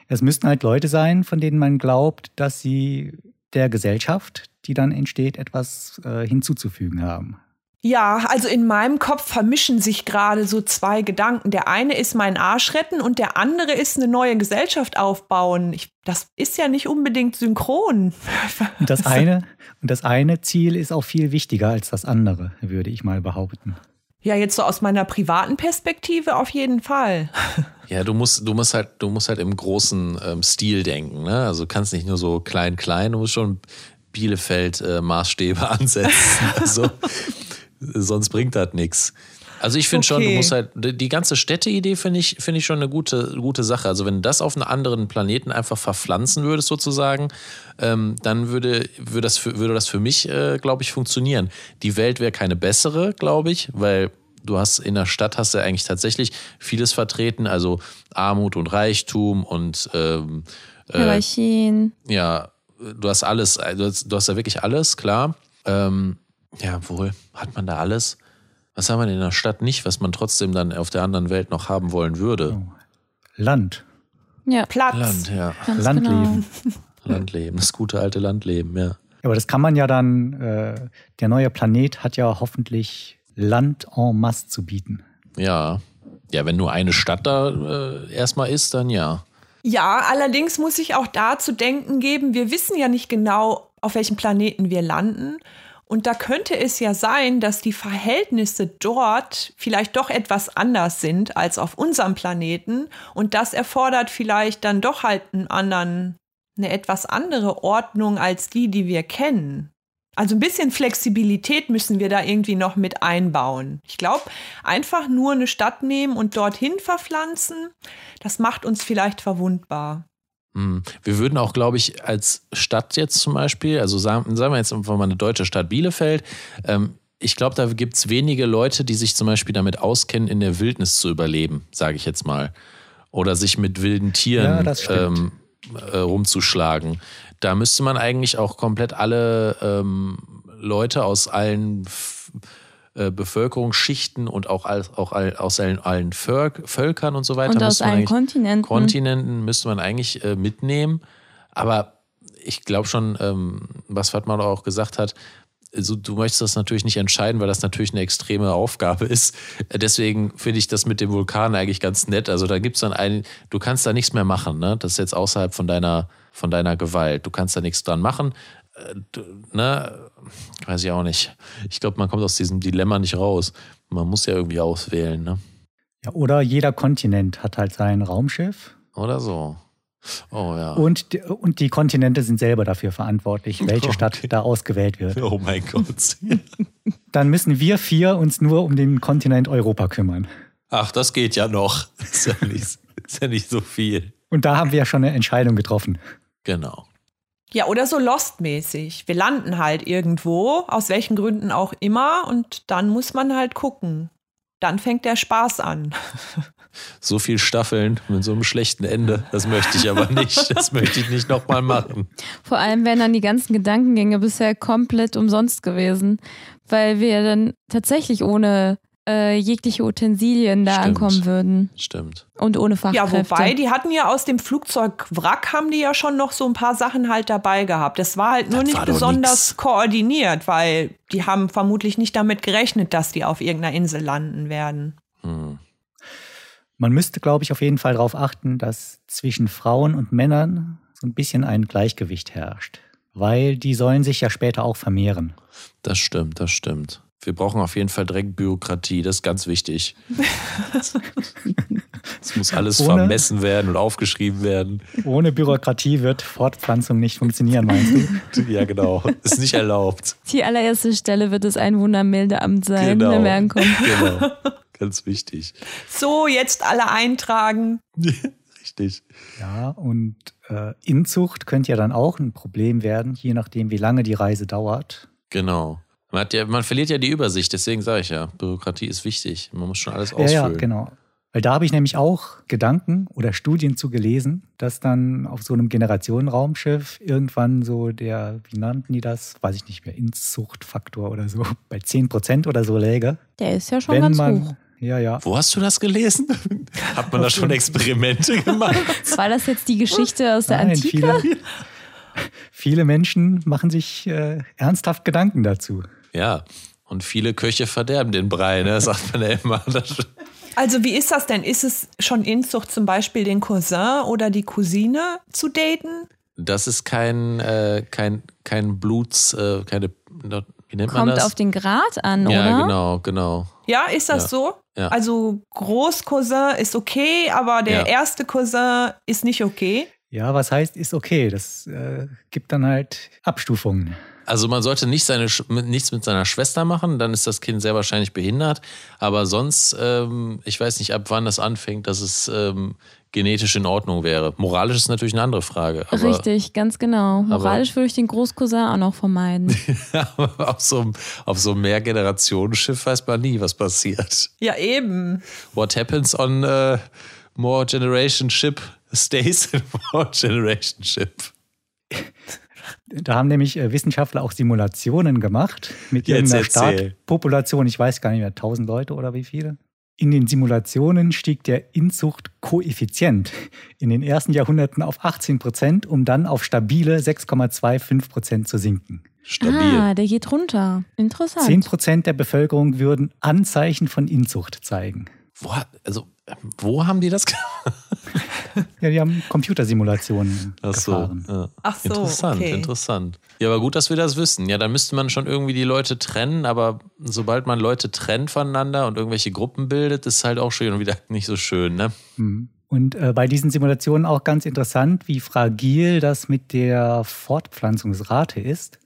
Speaker 1: Es müssten halt Leute sein, von denen man glaubt, dass sie der Gesellschaft, die dann entsteht, etwas äh, hinzuzufügen haben.
Speaker 2: Ja, also in meinem Kopf vermischen sich gerade so zwei Gedanken. Der eine ist meinen Arsch retten und der andere ist eine neue Gesellschaft aufbauen. Ich, das ist ja nicht unbedingt synchron.
Speaker 1: Und das eine, und das eine Ziel ist auch viel wichtiger als das andere, würde ich mal behaupten.
Speaker 2: Ja, jetzt so aus meiner privaten Perspektive auf jeden Fall.
Speaker 4: Ja, du musst, du musst halt, du musst halt im großen ähm, Stil denken, ne? Also kannst nicht nur so klein, klein, du musst schon Bielefeld-Maßstäbe ansetzen. Also, sonst bringt das nichts. Also ich finde schon, du
Speaker 2: Okay.
Speaker 4: musst halt, die die ganze Städteidee finde ich, finde ich schon eine gute, gute Sache. Also wenn du das auf einen anderen Planeten einfach verpflanzen würdest sozusagen, ähm, dann würde, würde, das für, würde das für mich, äh, glaube ich, funktionieren. Die Welt wäre keine bessere, glaube ich, weil du hast in der Stadt hast du ja eigentlich tatsächlich vieles vertreten, also Armut und Reichtum und ähm, äh,
Speaker 5: Hierarchien.
Speaker 4: ja, du hast alles, du hast, du hast ja wirklich alles, klar. Ähm, ja, wohl, hat man da alles? Was haben wir denn in der Stadt nicht, was man trotzdem dann auf der anderen Welt noch haben wollen würde?
Speaker 1: Land,
Speaker 5: Ja,
Speaker 2: Platz.
Speaker 4: Land, ja.
Speaker 5: ganz
Speaker 1: Landleben.
Speaker 5: genau.
Speaker 4: Landleben, das gute alte Landleben, ja.
Speaker 1: Aber das kann man ja dann, äh, der neue Planet hat ja hoffentlich Land en masse zu bieten.
Speaker 4: Ja. Ja, wenn nur eine Stadt da äh, erstmal ist, dann ja.
Speaker 2: Ja, allerdings muss ich auch da zu denken geben, wir wissen ja nicht genau, auf welchem Planeten wir landen. Und da könnte es ja sein, dass die Verhältnisse dort vielleicht doch etwas anders sind als auf unserem Planeten. Und das erfordert vielleicht dann doch halt einen anderen, eine etwas andere Ordnung als die, die wir kennen. Also ein bisschen Flexibilität müssen wir da irgendwie noch mit einbauen. Ich glaube, einfach nur eine Stadt nehmen und dorthin verpflanzen, das macht uns vielleicht verwundbar.
Speaker 4: Hm. Wir würden auch, glaube ich, als Stadt jetzt zum Beispiel, also sagen, sagen wir jetzt einfach mal eine deutsche Stadt Bielefeld, ähm, ich glaube, da gibt es wenige Leute, die sich zum Beispiel damit auskennen, in der Wildnis zu überleben, sage ich jetzt mal. Oder sich mit wilden
Speaker 1: Ja,
Speaker 4: Tieren
Speaker 1: das stimmt.
Speaker 4: ähm, äh, rumzuschlagen. Da müsste man eigentlich auch komplett alle ähm, Leute aus allen F- äh, Bevölkerungsschichten und auch, all, auch all, aus allen, allen Völk, Völkern und so weiter.
Speaker 5: Und aus
Speaker 4: müsste man
Speaker 5: allen
Speaker 4: eigentlich-
Speaker 5: Kontinenten.
Speaker 4: Kontinenten müsste man eigentlich äh, mitnehmen. Aber ich glaube schon, ähm, was Fatma auch gesagt hat, also du möchtest das natürlich nicht entscheiden, weil das natürlich eine extreme Aufgabe ist. Äh, Deswegen finde ich das mit dem Vulkan eigentlich ganz nett. Also da gibt es dann einen, du kannst da nichts mehr machen, ne? Das ist jetzt außerhalb von deiner, von deiner Gewalt. Du kannst da nichts dran machen. Äh, du- Ne? Weiß ich auch nicht. Ich glaube, man kommt aus diesem Dilemma nicht raus. Man muss ja irgendwie auswählen, ne?
Speaker 1: Ja, oder jeder Kontinent hat halt sein Raumschiff.
Speaker 4: Oder so. Oh ja.
Speaker 1: Und, die- und die Kontinente sind selber dafür verantwortlich, welche Stadt
Speaker 4: Okay.
Speaker 1: da ausgewählt wird.
Speaker 4: Oh mein Gott.
Speaker 1: Dann müssen wir vier uns nur um den Kontinent Europa kümmern.
Speaker 4: Ach, das geht ja noch. Ist ja nicht, ist ja nicht so viel.
Speaker 1: Und da haben wir ja schon eine Entscheidung getroffen.
Speaker 4: Genau.
Speaker 2: Ja, oder so Lost-mäßig. Wir landen halt irgendwo, aus welchen Gründen auch immer, und dann muss man halt gucken. Dann fängt der Spaß an.
Speaker 4: So viel Staffeln mit so einem schlechten Ende, das möchte ich aber nicht. Das möchte ich nicht nochmal machen.
Speaker 5: Vor allem wären dann die ganzen Gedankengänge bisher komplett umsonst gewesen, weil wir dann tatsächlich ohne äh, jegliche Utensilien da
Speaker 4: Stimmt.
Speaker 5: ankommen würden
Speaker 4: Stimmt.
Speaker 5: und ohne Fachkräfte.
Speaker 2: Ja, wobei, die hatten ja aus dem Flugzeugwrack, haben die ja schon noch so ein paar Sachen halt dabei gehabt. Das war halt nur
Speaker 4: Das
Speaker 2: nicht
Speaker 4: war doch
Speaker 2: besonders
Speaker 4: nix.
Speaker 2: koordiniert, weil die haben vermutlich nicht damit gerechnet, dass die auf irgendeiner Insel landen werden.
Speaker 4: Hm.
Speaker 1: Man müsste, glaube ich, auf jeden Fall darauf achten, dass zwischen Frauen und Männern so ein bisschen ein Gleichgewicht herrscht. Weil die sollen sich ja später auch vermehren.
Speaker 4: Das stimmt, das stimmt. Wir brauchen auf jeden Fall direkt Bürokratie, das ist ganz wichtig. Es muss alles
Speaker 1: Ohne-
Speaker 4: vermessen werden und aufgeschrieben werden.
Speaker 1: Ohne Bürokratie wird Fortpflanzung nicht funktionieren, meinst du?
Speaker 4: Ja, genau. Ist nicht erlaubt.
Speaker 5: Die allererste Stelle wird das Einwohnermeldeamt sein,
Speaker 4: Genau.
Speaker 5: wenn wir ankommen.
Speaker 4: Genau. Ganz wichtig.
Speaker 2: So, jetzt alle eintragen.
Speaker 4: Richtig.
Speaker 1: Ja, und äh, Inzucht könnte ja dann auch ein Problem werden, je nachdem, wie lange die Reise dauert.
Speaker 4: Genau. Man, hat ja, man verliert ja die Übersicht, deswegen sage ich ja, Bürokratie ist wichtig. Man muss schon alles ausfüllen.
Speaker 1: Ja, ja, genau. Weil da habe ich nämlich auch Gedanken oder Studien zu gelesen, dass dann auf so einem Generationenraumschiff irgendwann so der, wie nannten die das, weiß ich nicht mehr, Inzuchtfaktor oder so, bei 10 Prozent oder so läge.
Speaker 5: Der ist ja schon ganz hoch.
Speaker 1: Ja, ja.
Speaker 4: Wo hast du das gelesen? Hat man da schon Experimente gemacht?
Speaker 5: War das jetzt die Geschichte aus der
Speaker 1: Nein,
Speaker 5: Antike?
Speaker 1: viele, viele Menschen machen sich äh, ernsthaft Gedanken dazu.
Speaker 4: Ja, und viele Köche verderben den Brei, ne? sagt man ja immer. Das,
Speaker 2: Also wie ist das denn? Ist es schon Inzucht zum Beispiel den Cousin oder die Cousine zu daten?
Speaker 4: das ist kein, äh, kein, kein Bluts, äh, keine, wie nennt man
Speaker 5: Kommt
Speaker 4: das?
Speaker 5: auf den Grad an,
Speaker 4: ja,
Speaker 5: oder?
Speaker 4: genau, genau.
Speaker 2: Ja, ist das
Speaker 4: Ja.
Speaker 2: so?
Speaker 4: Ja.
Speaker 2: Also Großcousin ist okay, aber der
Speaker 4: Ja.
Speaker 2: erste Cousin ist nicht okay.
Speaker 1: Ja, was heißt, ist okay. Das äh, gibt dann halt Abstufungen.
Speaker 4: Also man sollte nicht seine, Sch- mit- nichts mit seiner Schwester machen, dann ist das Kind sehr wahrscheinlich behindert. Aber sonst, ähm, ich weiß nicht, ab wann das anfängt, dass es ähm, genetisch in Ordnung wäre. Moralisch ist natürlich eine andere Frage. Aber,
Speaker 5: Richtig, ganz genau.
Speaker 4: aber-
Speaker 5: Moralisch würde ich den Großcousin auch noch vermeiden.
Speaker 4: aber auf so einem, auf so einem Mehrgenerationenschiff weiß man nie, was passiert.
Speaker 2: Ja, eben.
Speaker 4: What happens on äh, more generation ship stays in more generation ship.
Speaker 1: Da haben nämlich äh, Wissenschaftler auch Simulationen gemacht mit
Speaker 4: Jetzt
Speaker 1: irgendeiner
Speaker 4: erzähl.
Speaker 1: Startpopulation, ich weiß gar nicht mehr, 1000 Leute oder wie viele. In den Simulationen stieg der Inzuchtkoeffizient in den ersten Jahrhunderten auf 18 Prozent, um dann auf stabile 6,25 Prozent zu sinken.
Speaker 4: Stabil.
Speaker 5: Ah, der geht runter.
Speaker 1: 10
Speaker 5: Interessant.
Speaker 1: Prozent der Bevölkerung würden Anzeichen von Inzucht zeigen.
Speaker 4: Wo, hat- also, ähm, wo haben die das gemacht?
Speaker 1: Ja, die haben Computersimulationen
Speaker 4: Ach so.
Speaker 1: gefahren.
Speaker 4: Ja.
Speaker 2: Ach so,
Speaker 4: interessant,
Speaker 2: okay.
Speaker 4: interessant. Ja, aber gut, dass wir das wissen. Ja, dann müsste man schon irgendwie die Leute trennen, aber sobald man Leute trennt voneinander und irgendwelche Gruppen bildet, ist halt auch schon wieder nicht so schön, ne?
Speaker 1: Mhm. Und äh, bei diesen Simulationen auch ganz interessant, wie fragil das mit der Fortpflanzungsrate ist.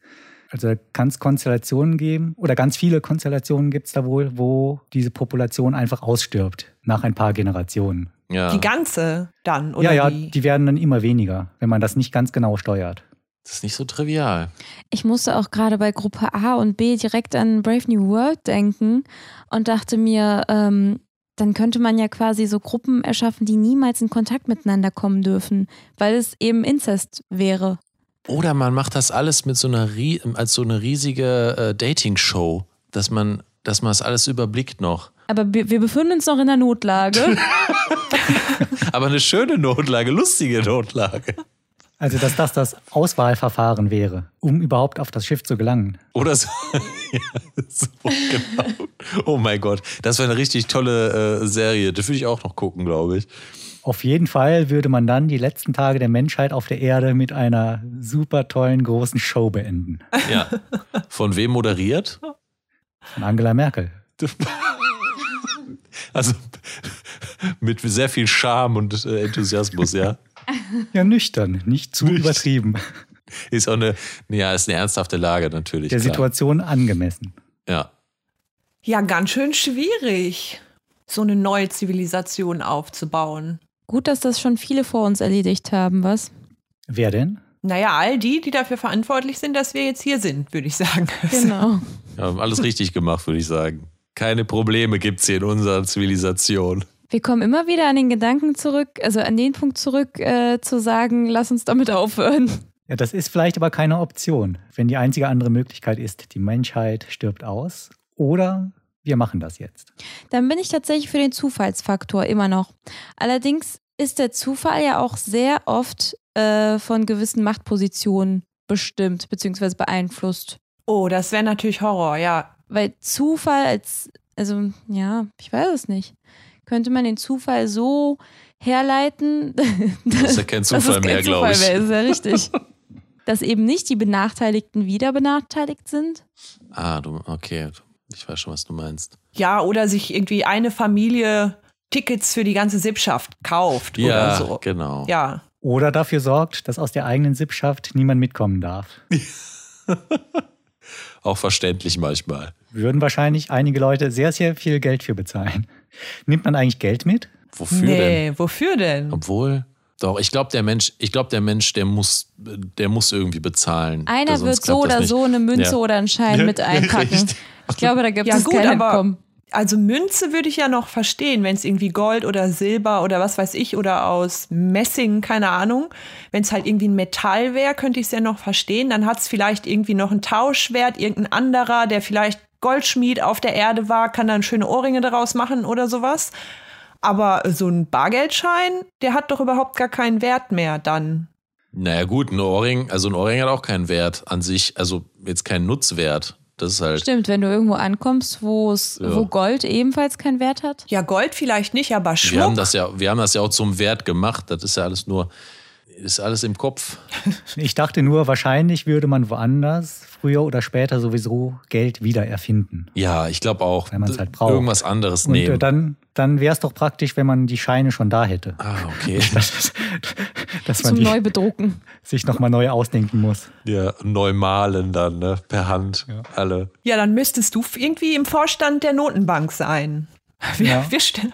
Speaker 1: Also kann es Konstellationen geben oder ganz viele Konstellationen gibt es da wohl, wo diese Population einfach ausstirbt nach ein paar Generationen.
Speaker 4: Ja.
Speaker 2: Die ganze dann,
Speaker 1: ja,
Speaker 2: oder
Speaker 1: ja,
Speaker 2: wie?
Speaker 1: die werden dann immer weniger, wenn man das nicht ganz genau steuert.
Speaker 4: Das ist nicht so trivial.
Speaker 5: Ich musste auch gerade bei Gruppe A und B direkt an Brave New World denken und dachte mir, ähm, dann könnte man ja quasi so Gruppen erschaffen, die niemals in Kontakt miteinander kommen dürfen, weil es eben Inzest wäre.
Speaker 4: Oder man macht das alles mit so einer rie- als so eine riesige äh, Dating-Show, dass man, dass man das alles überblickt noch.
Speaker 5: Aber wir, wir befinden uns noch in der Notlage.
Speaker 4: Aber eine schöne Notlage, lustige Notlage.
Speaker 1: Also dass das das Auswahlverfahren wäre, um überhaupt auf das Schiff zu gelangen.
Speaker 4: Oder so. ja, so genau. Oh mein Gott, das wäre eine richtig tolle äh, Serie. Das würde ich auch noch gucken, glaube ich.
Speaker 1: Auf jeden Fall würde man dann die letzten Tage der Menschheit auf der Erde mit einer super tollen großen Show beenden.
Speaker 4: Ja. Von wem moderiert?
Speaker 1: Von Angela Merkel.
Speaker 4: Also mit sehr viel Charme und äh, Enthusiasmus, ja.
Speaker 1: Ja, nüchtern, nicht zu
Speaker 4: Nicht.
Speaker 1: übertrieben.
Speaker 4: Ist auch eine, ja, ist eine ernsthafte Lage natürlich.
Speaker 1: Der
Speaker 4: klar.
Speaker 1: Situation angemessen.
Speaker 4: Ja.
Speaker 2: Ja, ganz schön schwierig, so eine neue Zivilisation aufzubauen.
Speaker 5: Gut, dass das schon viele vor uns erledigt haben, was?
Speaker 1: Wer denn?
Speaker 2: Naja, all die, die dafür verantwortlich sind, dass wir jetzt hier sind, würde ich sagen.
Speaker 5: Genau.
Speaker 4: Wir haben alles richtig gemacht, würde ich sagen. Keine Probleme gibt es hier in unserer Zivilisation.
Speaker 5: Wir kommen immer wieder an den Gedanken zurück, also an den Punkt zurück, äh, zu sagen, lass uns damit aufhören.
Speaker 1: Ja, das ist vielleicht aber keine Option, wenn die einzige andere Möglichkeit ist, die Menschheit stirbt aus oder wir machen das jetzt.
Speaker 5: Dann bin ich tatsächlich für den Zufallsfaktor immer noch. Allerdings ist der Zufall ja auch sehr oft äh, von gewissen Machtpositionen bestimmt bzw. beeinflusst.
Speaker 2: Oh, das wäre natürlich Horror, ja.
Speaker 5: Weil Zufall als, also ja, ich weiß es nicht. Könnte man den Zufall so herleiten,
Speaker 4: Das ist ja kein
Speaker 5: dass es
Speaker 4: Zufall
Speaker 5: kein
Speaker 4: mehr, glaube ich.
Speaker 5: Zufall mehr ist, ja richtig. Dass eben nicht die Benachteiligten wieder benachteiligt sind.
Speaker 4: Ah, du, okay. Ich weiß schon, was du meinst.
Speaker 2: Ja, oder sich irgendwie eine Familie Tickets für die ganze Sippschaft kauft oder
Speaker 4: Ja,
Speaker 2: so.
Speaker 4: genau.
Speaker 2: Ja,
Speaker 1: Oder dafür sorgt, dass aus der eigenen Sippschaft niemand mitkommen darf.
Speaker 4: Auch verständlich manchmal.
Speaker 1: Würden wahrscheinlich einige Leute sehr, sehr viel Geld für bezahlen. Nimmt man eigentlich Geld mit?
Speaker 4: Wofür denn?
Speaker 2: nee, wofür denn?
Speaker 4: Obwohl. Doch, ich glaube, der Mensch, ich glaube, der Mensch, der muss, der muss irgendwie bezahlen.
Speaker 5: Einer
Speaker 4: Sonst
Speaker 5: wird so
Speaker 4: klappt das
Speaker 5: oder
Speaker 4: nicht.
Speaker 5: so eine Münze
Speaker 4: Ja.
Speaker 5: oder einen Schein
Speaker 4: Ja,
Speaker 5: mit einpacken.
Speaker 4: richtig.
Speaker 5: Ich glaube, da gibt
Speaker 2: Ja,
Speaker 5: es
Speaker 2: gut,
Speaker 5: kein
Speaker 2: aber-
Speaker 5: Abkommen.
Speaker 2: Also Münze würde ich ja noch verstehen, wenn es irgendwie Gold oder Silber oder was weiß ich oder aus Messing, keine Ahnung. Wenn es halt irgendwie ein Metall wäre, könnte ich es ja noch verstehen. Dann hat es vielleicht irgendwie noch einen Tauschwert, irgendein anderer, der vielleicht Goldschmied auf der Erde war, kann dann schöne Ohrringe daraus machen oder sowas. Aber so ein Bargeldschein, der hat doch überhaupt gar keinen Wert mehr dann.
Speaker 4: Naja, gut, ein Ohrring, also ein Ohrring hat auch keinen Wert an sich, also jetzt keinen Nutzwert. Das ist halt.
Speaker 5: Stimmt, wenn du irgendwo ankommst, wo es,
Speaker 4: Ja.
Speaker 5: wo Gold ebenfalls keinen Wert hat.
Speaker 2: Ja, Gold vielleicht nicht, aber
Speaker 4: Wir
Speaker 2: Schmuck.
Speaker 4: haben, das ja, wir haben das ja auch zum Wert gemacht. Das ist ja alles nur, ist alles im Kopf.
Speaker 1: Ich dachte nur, wahrscheinlich würde man woanders früher oder später sowieso Geld wieder erfinden.
Speaker 4: Ja, ich glaube auch.
Speaker 1: Wenn man's halt braucht.
Speaker 4: Irgendwas anderes
Speaker 1: Und
Speaker 4: nehmen.
Speaker 1: äh, dann, dann wäre es doch praktisch, wenn man die Scheine schon da hätte.
Speaker 4: ah, okay.
Speaker 1: Dass man
Speaker 5: Zum
Speaker 1: die
Speaker 5: Neubedrucken.
Speaker 1: sich nochmal neu ausdenken muss.
Speaker 4: ja, neu malen dann, ne? Per Hand. Alle.
Speaker 2: Ja, dann müsstest du irgendwie im Vorstand der Notenbank sein. Wir,
Speaker 1: Ja.
Speaker 2: wir stellen.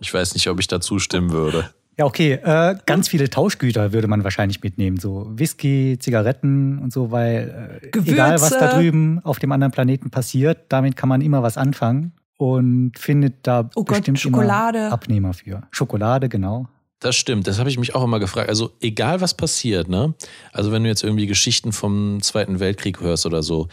Speaker 4: Ich weiß nicht, ob ich da zustimmen würde.
Speaker 1: Ja, okay. Äh, ganz viele Tauschgüter würde man wahrscheinlich mitnehmen. So Whisky, Zigaretten und so, weil äh,
Speaker 2: Gewürze.
Speaker 1: egal was da drüben auf dem anderen Planeten passiert, damit kann man immer was anfangen und findet da
Speaker 2: Oh Gott,
Speaker 1: bestimmt
Speaker 2: Schokolade.
Speaker 1: immer Abnehmer für. Schokolade, genau.
Speaker 4: Das stimmt, das habe ich mich auch immer gefragt. Also egal was passiert, ne? Also wenn du jetzt irgendwie Geschichten vom Zweiten Weltkrieg hörst oder so,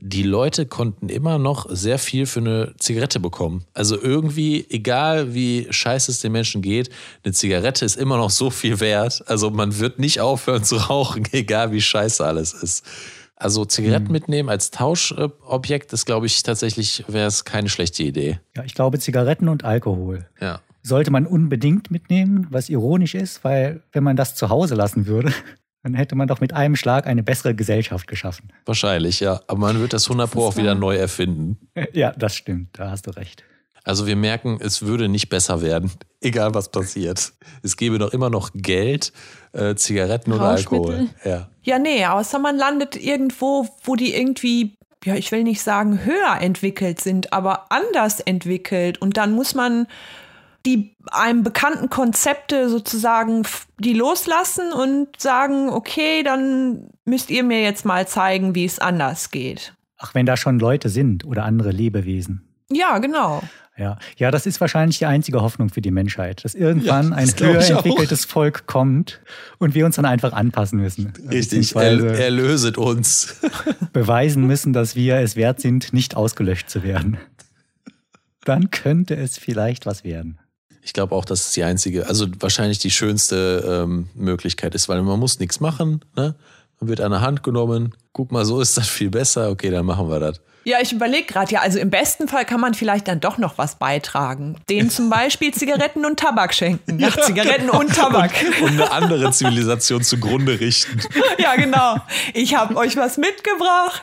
Speaker 4: die Leute konnten immer noch sehr viel für eine Zigarette bekommen. Also irgendwie, egal wie scheiße es den Menschen geht, eine Zigarette ist immer noch so viel wert. Also man wird nicht aufhören zu rauchen, egal wie scheiße alles ist. Also Zigaretten mitnehmen als Tauschobjekt ist, glaube ich, tatsächlich, wäre es keine schlechte Idee.
Speaker 1: Ja, ich glaube Zigaretten und Alkohol.
Speaker 4: Ja.
Speaker 1: sollte man unbedingt mitnehmen, was ironisch ist, weil wenn man das zu Hause lassen würde, dann hätte man doch mit einem Schlag eine bessere Gesellschaft geschaffen.
Speaker 4: Wahrscheinlich, ja. Aber man wird das 100 Pro
Speaker 5: ist
Speaker 4: auch wieder
Speaker 5: wahr.
Speaker 4: neu erfinden.
Speaker 1: Ja, das stimmt, da hast du recht.
Speaker 4: Also wir merken, es würde nicht besser werden, egal was passiert. Es gäbe doch immer noch Geld, äh, Zigaretten und
Speaker 5: Rauschmittel.
Speaker 4: Alkohol. Ja.
Speaker 2: Ja, nee, außer man landet irgendwo, wo die irgendwie, ja, ich will nicht sagen höher entwickelt sind, aber anders entwickelt. Und dann muss man die einem bekannten Konzepte sozusagen f- die loslassen und sagen, okay, dann müsst ihr mir jetzt mal zeigen, wie es anders geht.
Speaker 1: Ach, wenn da schon Leute sind oder andere Lebewesen.
Speaker 2: Ja, genau.
Speaker 1: Ja. ja, das ist wahrscheinlich die einzige Hoffnung für die Menschheit, dass irgendwann
Speaker 4: Ja,
Speaker 1: ein
Speaker 4: das glaub
Speaker 1: höher
Speaker 4: ich auch.
Speaker 1: entwickeltes Volk kommt und wir uns dann einfach anpassen müssen.
Speaker 4: Richtig, er,
Speaker 1: Beziehungsweise
Speaker 4: erlöset uns.
Speaker 1: beweisen müssen, dass wir es wert sind, nicht ausgelöscht zu werden. Dann könnte es vielleicht was werden.
Speaker 4: Ich glaube auch, dass es die einzige, also wahrscheinlich die schönste ähm, Möglichkeit ist, weil man muss nichts machen. Ne? Man wird an der Hand genommen. Guck mal, so ist das viel besser. Okay, dann machen wir das.
Speaker 2: Ja, ich überlege gerade, ja, also im besten Fall kann man vielleicht dann doch noch was beitragen. Den zum Beispiel Zigaretten und Tabak schenken. Ja, Zigaretten und Tabak.
Speaker 4: Um eine andere Zivilisation zugrunde richten.
Speaker 2: Ja, genau. Ich habe euch was mitgebracht.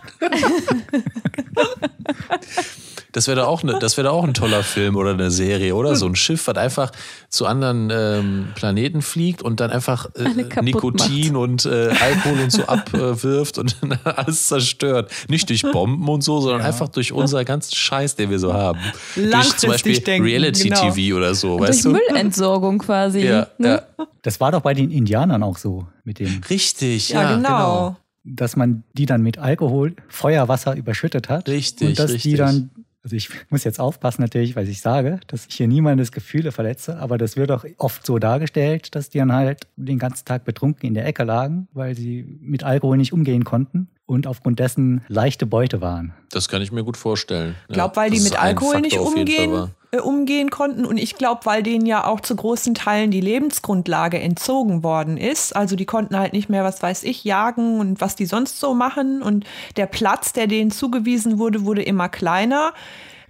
Speaker 4: Das wäre doch auch, ne, das wäre doch auch ein toller Film oder eine Serie oder so ein Schiff, was einfach zu anderen ähm, Planeten fliegt und dann einfach
Speaker 5: Alle
Speaker 4: äh,
Speaker 5: kaputt
Speaker 4: Nikotin und äh, Alkohol und so abwirft und dann alles zerstört. Nicht durch Bomben und so, sondern einfach durch unser ganzen Scheiß, den wir so haben. durch zum
Speaker 2: Langfristig
Speaker 4: Beispiel
Speaker 2: denken,
Speaker 4: Reality
Speaker 2: genau.
Speaker 4: TV oder so,
Speaker 5: Durch
Speaker 4: weißt du?
Speaker 5: Müllentsorgung quasi.
Speaker 4: Ja, ja,
Speaker 5: ne?
Speaker 1: Das war doch bei den Indianern auch so mit dem
Speaker 4: richtig.
Speaker 2: Ja, genau.
Speaker 1: dass man die dann mit Alkohol, Feuerwasser überschüttet hat.
Speaker 4: Richtig,
Speaker 1: Und dass
Speaker 4: richtig.
Speaker 1: die dann, also ich muss jetzt aufpassen natürlich, was ich sage, dass ich hier niemandes Gefühle verletze, aber das wird auch oft so dargestellt, dass die dann halt den ganzen Tag betrunken in der Ecke lagen, weil sie mit Alkohol nicht umgehen konnten und aufgrund dessen leichte Beute waren.
Speaker 4: Das kann ich mir gut vorstellen.
Speaker 2: Ich glaube, weil
Speaker 4: das
Speaker 2: die
Speaker 4: ist
Speaker 2: mit
Speaker 4: ein
Speaker 2: Alkohol
Speaker 4: Faktor
Speaker 2: nicht
Speaker 4: auf jeden Fall
Speaker 2: umgehen,
Speaker 4: war.
Speaker 2: äh, umgehen konnten. Und ich glaube, weil denen ja auch zu großen Teilen die Lebensgrundlage entzogen worden ist. Also die konnten halt nicht mehr, was weiß ich, jagen und was die sonst so machen. Und der Platz, der denen zugewiesen wurde, wurde immer kleiner.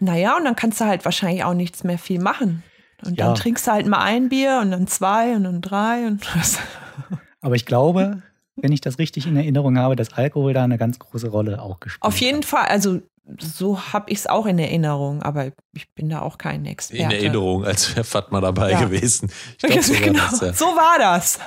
Speaker 2: Naja, und dann kannst du halt wahrscheinlich auch nichts mehr viel machen. Und
Speaker 1: Ja.
Speaker 2: dann trinkst du halt mal ein Bier und dann zwei und dann drei und
Speaker 1: Aber ich glaube, wenn ich das richtig in Erinnerung habe, dass Alkohol da eine ganz große Rolle auch gespielt hat.
Speaker 2: Auf jeden Fall, also so habe ich es auch in Erinnerung, aber ich bin da auch kein
Speaker 4: In
Speaker 2: Experte.
Speaker 4: Erinnerung, als wäre Fatma dabei
Speaker 2: Ja.
Speaker 4: gewesen. Ich glaube, so war
Speaker 2: genau.
Speaker 4: das, ja.
Speaker 2: So war das.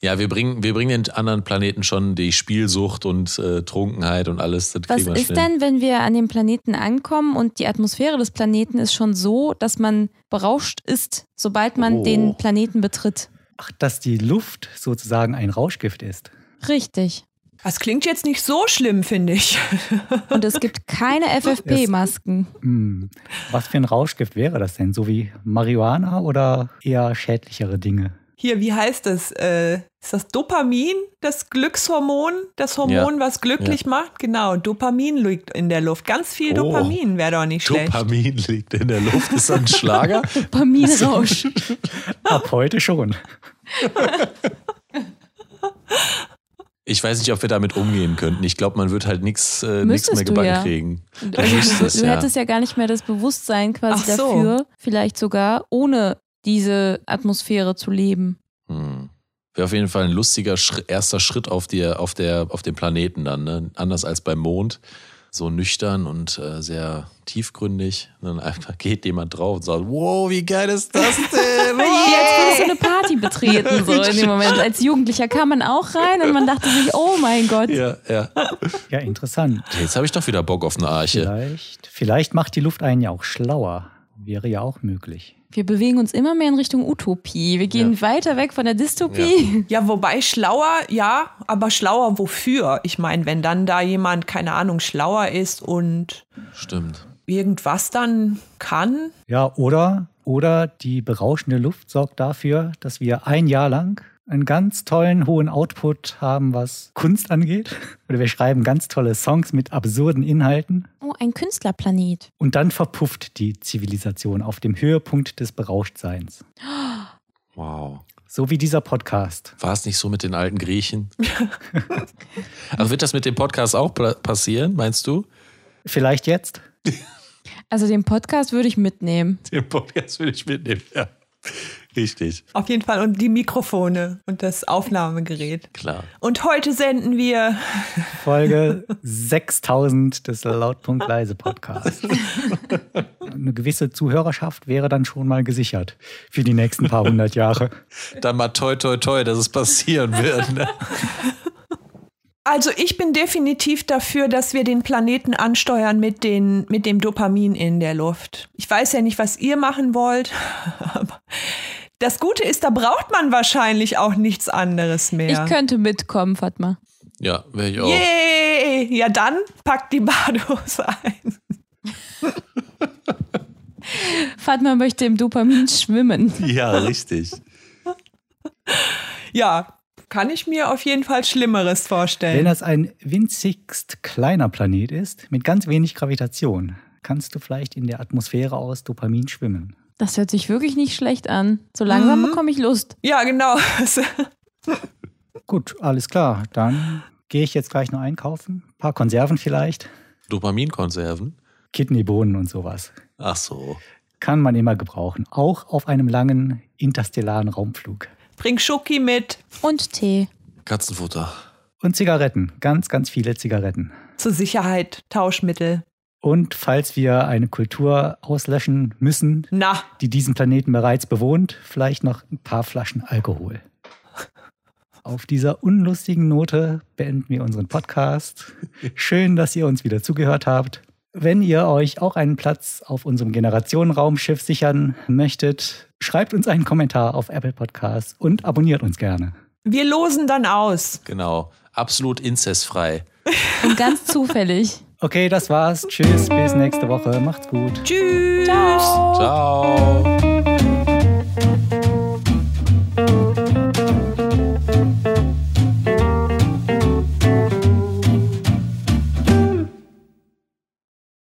Speaker 4: Ja, wir bringen, wir bringen den anderen Planeten schon die Spielsucht und äh, Trunkenheit und alles. Das
Speaker 5: Was
Speaker 4: kriegen wir
Speaker 5: ist
Speaker 4: schnell.
Speaker 5: denn, wenn wir an dem Planeten ankommen und die Atmosphäre des Planeten ist schon so, dass man berauscht ist, sobald man
Speaker 4: Oh.
Speaker 5: den Planeten betritt?
Speaker 1: Ach, dass die Luft sozusagen ein Rauschgift ist.
Speaker 5: Richtig.
Speaker 2: Das klingt jetzt nicht so schlimm, finde ich.
Speaker 5: Und es gibt keine FFP-Masken.
Speaker 1: Hm. Was für ein Rauschgift wäre das denn? So wie Marihuana oder eher schädlichere Dinge?
Speaker 2: Hier, wie heißt das? Äh, ist das Dopamin, das Glückshormon? Das Hormon, was glücklich macht? Genau, Dopamin liegt in der Luft. Ganz viel
Speaker 4: Oh.
Speaker 2: Dopamin wäre doch nicht schlecht.
Speaker 4: Dopamin liegt in der Luft. Ist das ein Schlager? Also,
Speaker 5: Dopaminrausch.
Speaker 1: Ab heute schon.
Speaker 4: Ich weiß nicht, ob wir damit umgehen könnten. Ich glaube, man wird halt nichts äh, nix
Speaker 5: Müsstest
Speaker 4: mehr
Speaker 5: du
Speaker 4: gebacken
Speaker 5: ja.
Speaker 4: kriegen.
Speaker 5: Du,
Speaker 4: Das ist es,
Speaker 5: Also, du
Speaker 4: ja.
Speaker 5: hättest ja gar nicht mehr das Bewusstsein quasi
Speaker 2: Ach so.
Speaker 5: dafür, vielleicht sogar ohne diese Atmosphäre zu leben.
Speaker 4: Hm. Wäre auf jeden Fall ein lustiger Schri erster Schritt auf, die, auf, der, auf dem Planeten dann. Ne? Anders als beim Mond. So nüchtern und äh, sehr tiefgründig. Und dann einfach geht jemand drauf und sagt: Wow, wie geil ist das denn?
Speaker 5: Wie als würdest du eine Party betreten, so in dem Moment. Als Jugendlicher kam man auch rein und man dachte sich, oh mein Gott.
Speaker 4: ja, ja.
Speaker 1: Ja, interessant.
Speaker 4: Jetzt habe ich doch wieder Bock auf eine Arche.
Speaker 1: Vielleicht, vielleicht macht die Luft einen ja auch schlauer. Wäre ja auch möglich.
Speaker 5: Wir bewegen uns immer mehr in Richtung Utopie. Wir gehen weiter weg von der Dystopie.
Speaker 2: Ja, wobei schlauer, ja, aber schlauer wofür? Ich meine, wenn dann da jemand, keine Ahnung, schlauer ist und
Speaker 4: Stimmt.
Speaker 2: irgendwas dann kann,
Speaker 1: Ja, oder, oder die berauschende Luft sorgt dafür, dass wir ein Jahr lang einen ganz tollen, hohen Output haben, was Kunst angeht. Oder wir schreiben ganz tolle Songs mit absurden Inhalten.
Speaker 5: Oh, ein Künstlerplanet.
Speaker 1: Und dann verpufft die Zivilisation auf dem Höhepunkt des Berauschtseins.
Speaker 4: Wow.
Speaker 1: So wie dieser Podcast.
Speaker 4: War es nicht so mit den alten Griechen? also wird das mit dem Podcast auch pla- passieren, meinst du?
Speaker 1: Vielleicht jetzt?
Speaker 5: Also den Podcast würde ich mitnehmen.
Speaker 4: Den Podcast will ich mitnehmen, ja. Richtig,
Speaker 2: Auf jeden Fall und die Mikrofone und das Aufnahmegerät.
Speaker 4: klar.
Speaker 2: Und heute senden wir
Speaker 1: Folge 6000 des Lautpunkt leise Podcasts. Eine gewisse Zuhörerschaft wäre dann schon mal gesichert für die nächsten paar hundert Jahre.
Speaker 4: Dann mal toi, toi, toi, dass es passieren wird. Ne?
Speaker 2: Also ich bin definitiv dafür, dass wir den Planeten ansteuern mit, den, mit dem Dopamin in der Luft. Ich weiß ja nicht, was ihr machen wollt. aber Das Gute ist, da braucht man wahrscheinlich auch nichts anderes mehr.
Speaker 5: Ich könnte mitkommen, Fatma.
Speaker 4: Ja, wäre ich auch.
Speaker 2: Yay! Ja, dann packt die Badehose ein.
Speaker 5: Fatma möchte im Dopamin schwimmen.
Speaker 4: Ja, richtig.
Speaker 2: Ja, kann ich mir auf jeden Fall Schlimmeres
Speaker 1: Wenn
Speaker 2: vorstellen.
Speaker 1: das ein winzigst kleiner Planet ist, mit ganz wenig Gravitation, kannst du vielleicht in der Atmosphäre aus Dopamin schwimmen.
Speaker 5: Das hört sich wirklich nicht schlecht an. So langsam bekomme ich Lust.
Speaker 2: Ja, genau.
Speaker 1: Gut, alles klar. Dann gehe ich jetzt gleich noch einkaufen. Ein paar Konserven vielleicht.
Speaker 4: Dopaminkonserven.
Speaker 1: Kidneybohnen und sowas.
Speaker 4: Ach so.
Speaker 1: Kann man immer gebrauchen. Auch auf einem langen interstellaren Raumflug.
Speaker 2: Bring Schoki mit
Speaker 5: Und Tee.
Speaker 4: Katzenfutter.
Speaker 1: Und Zigaretten. Ganz, ganz viele Zigaretten.
Speaker 2: zur Sicherheit. Tauschmittel.
Speaker 1: Und falls wir eine Kultur auslöschen müssen,
Speaker 2: Na,
Speaker 1: die diesen Planeten bereits bewohnt, vielleicht noch ein paar Flaschen Alkohol. Auf dieser unlustigen Note beenden wir unseren Podcast. Schön, dass ihr uns wieder zugehört habt. Wenn ihr euch auch einen Platz auf unserem Generationenraumschiff sichern möchtet, schreibt uns einen Kommentar auf Apple Podcasts und abonniert uns gerne.
Speaker 2: wir losen dann aus.
Speaker 4: Genau. Absolut inzestfrei.
Speaker 5: Und ganz zufällig.
Speaker 1: Okay, das war's. Tschüss, bis nächste Woche. Macht's gut.
Speaker 2: Tschüss.
Speaker 5: Ciao.
Speaker 4: Ciao.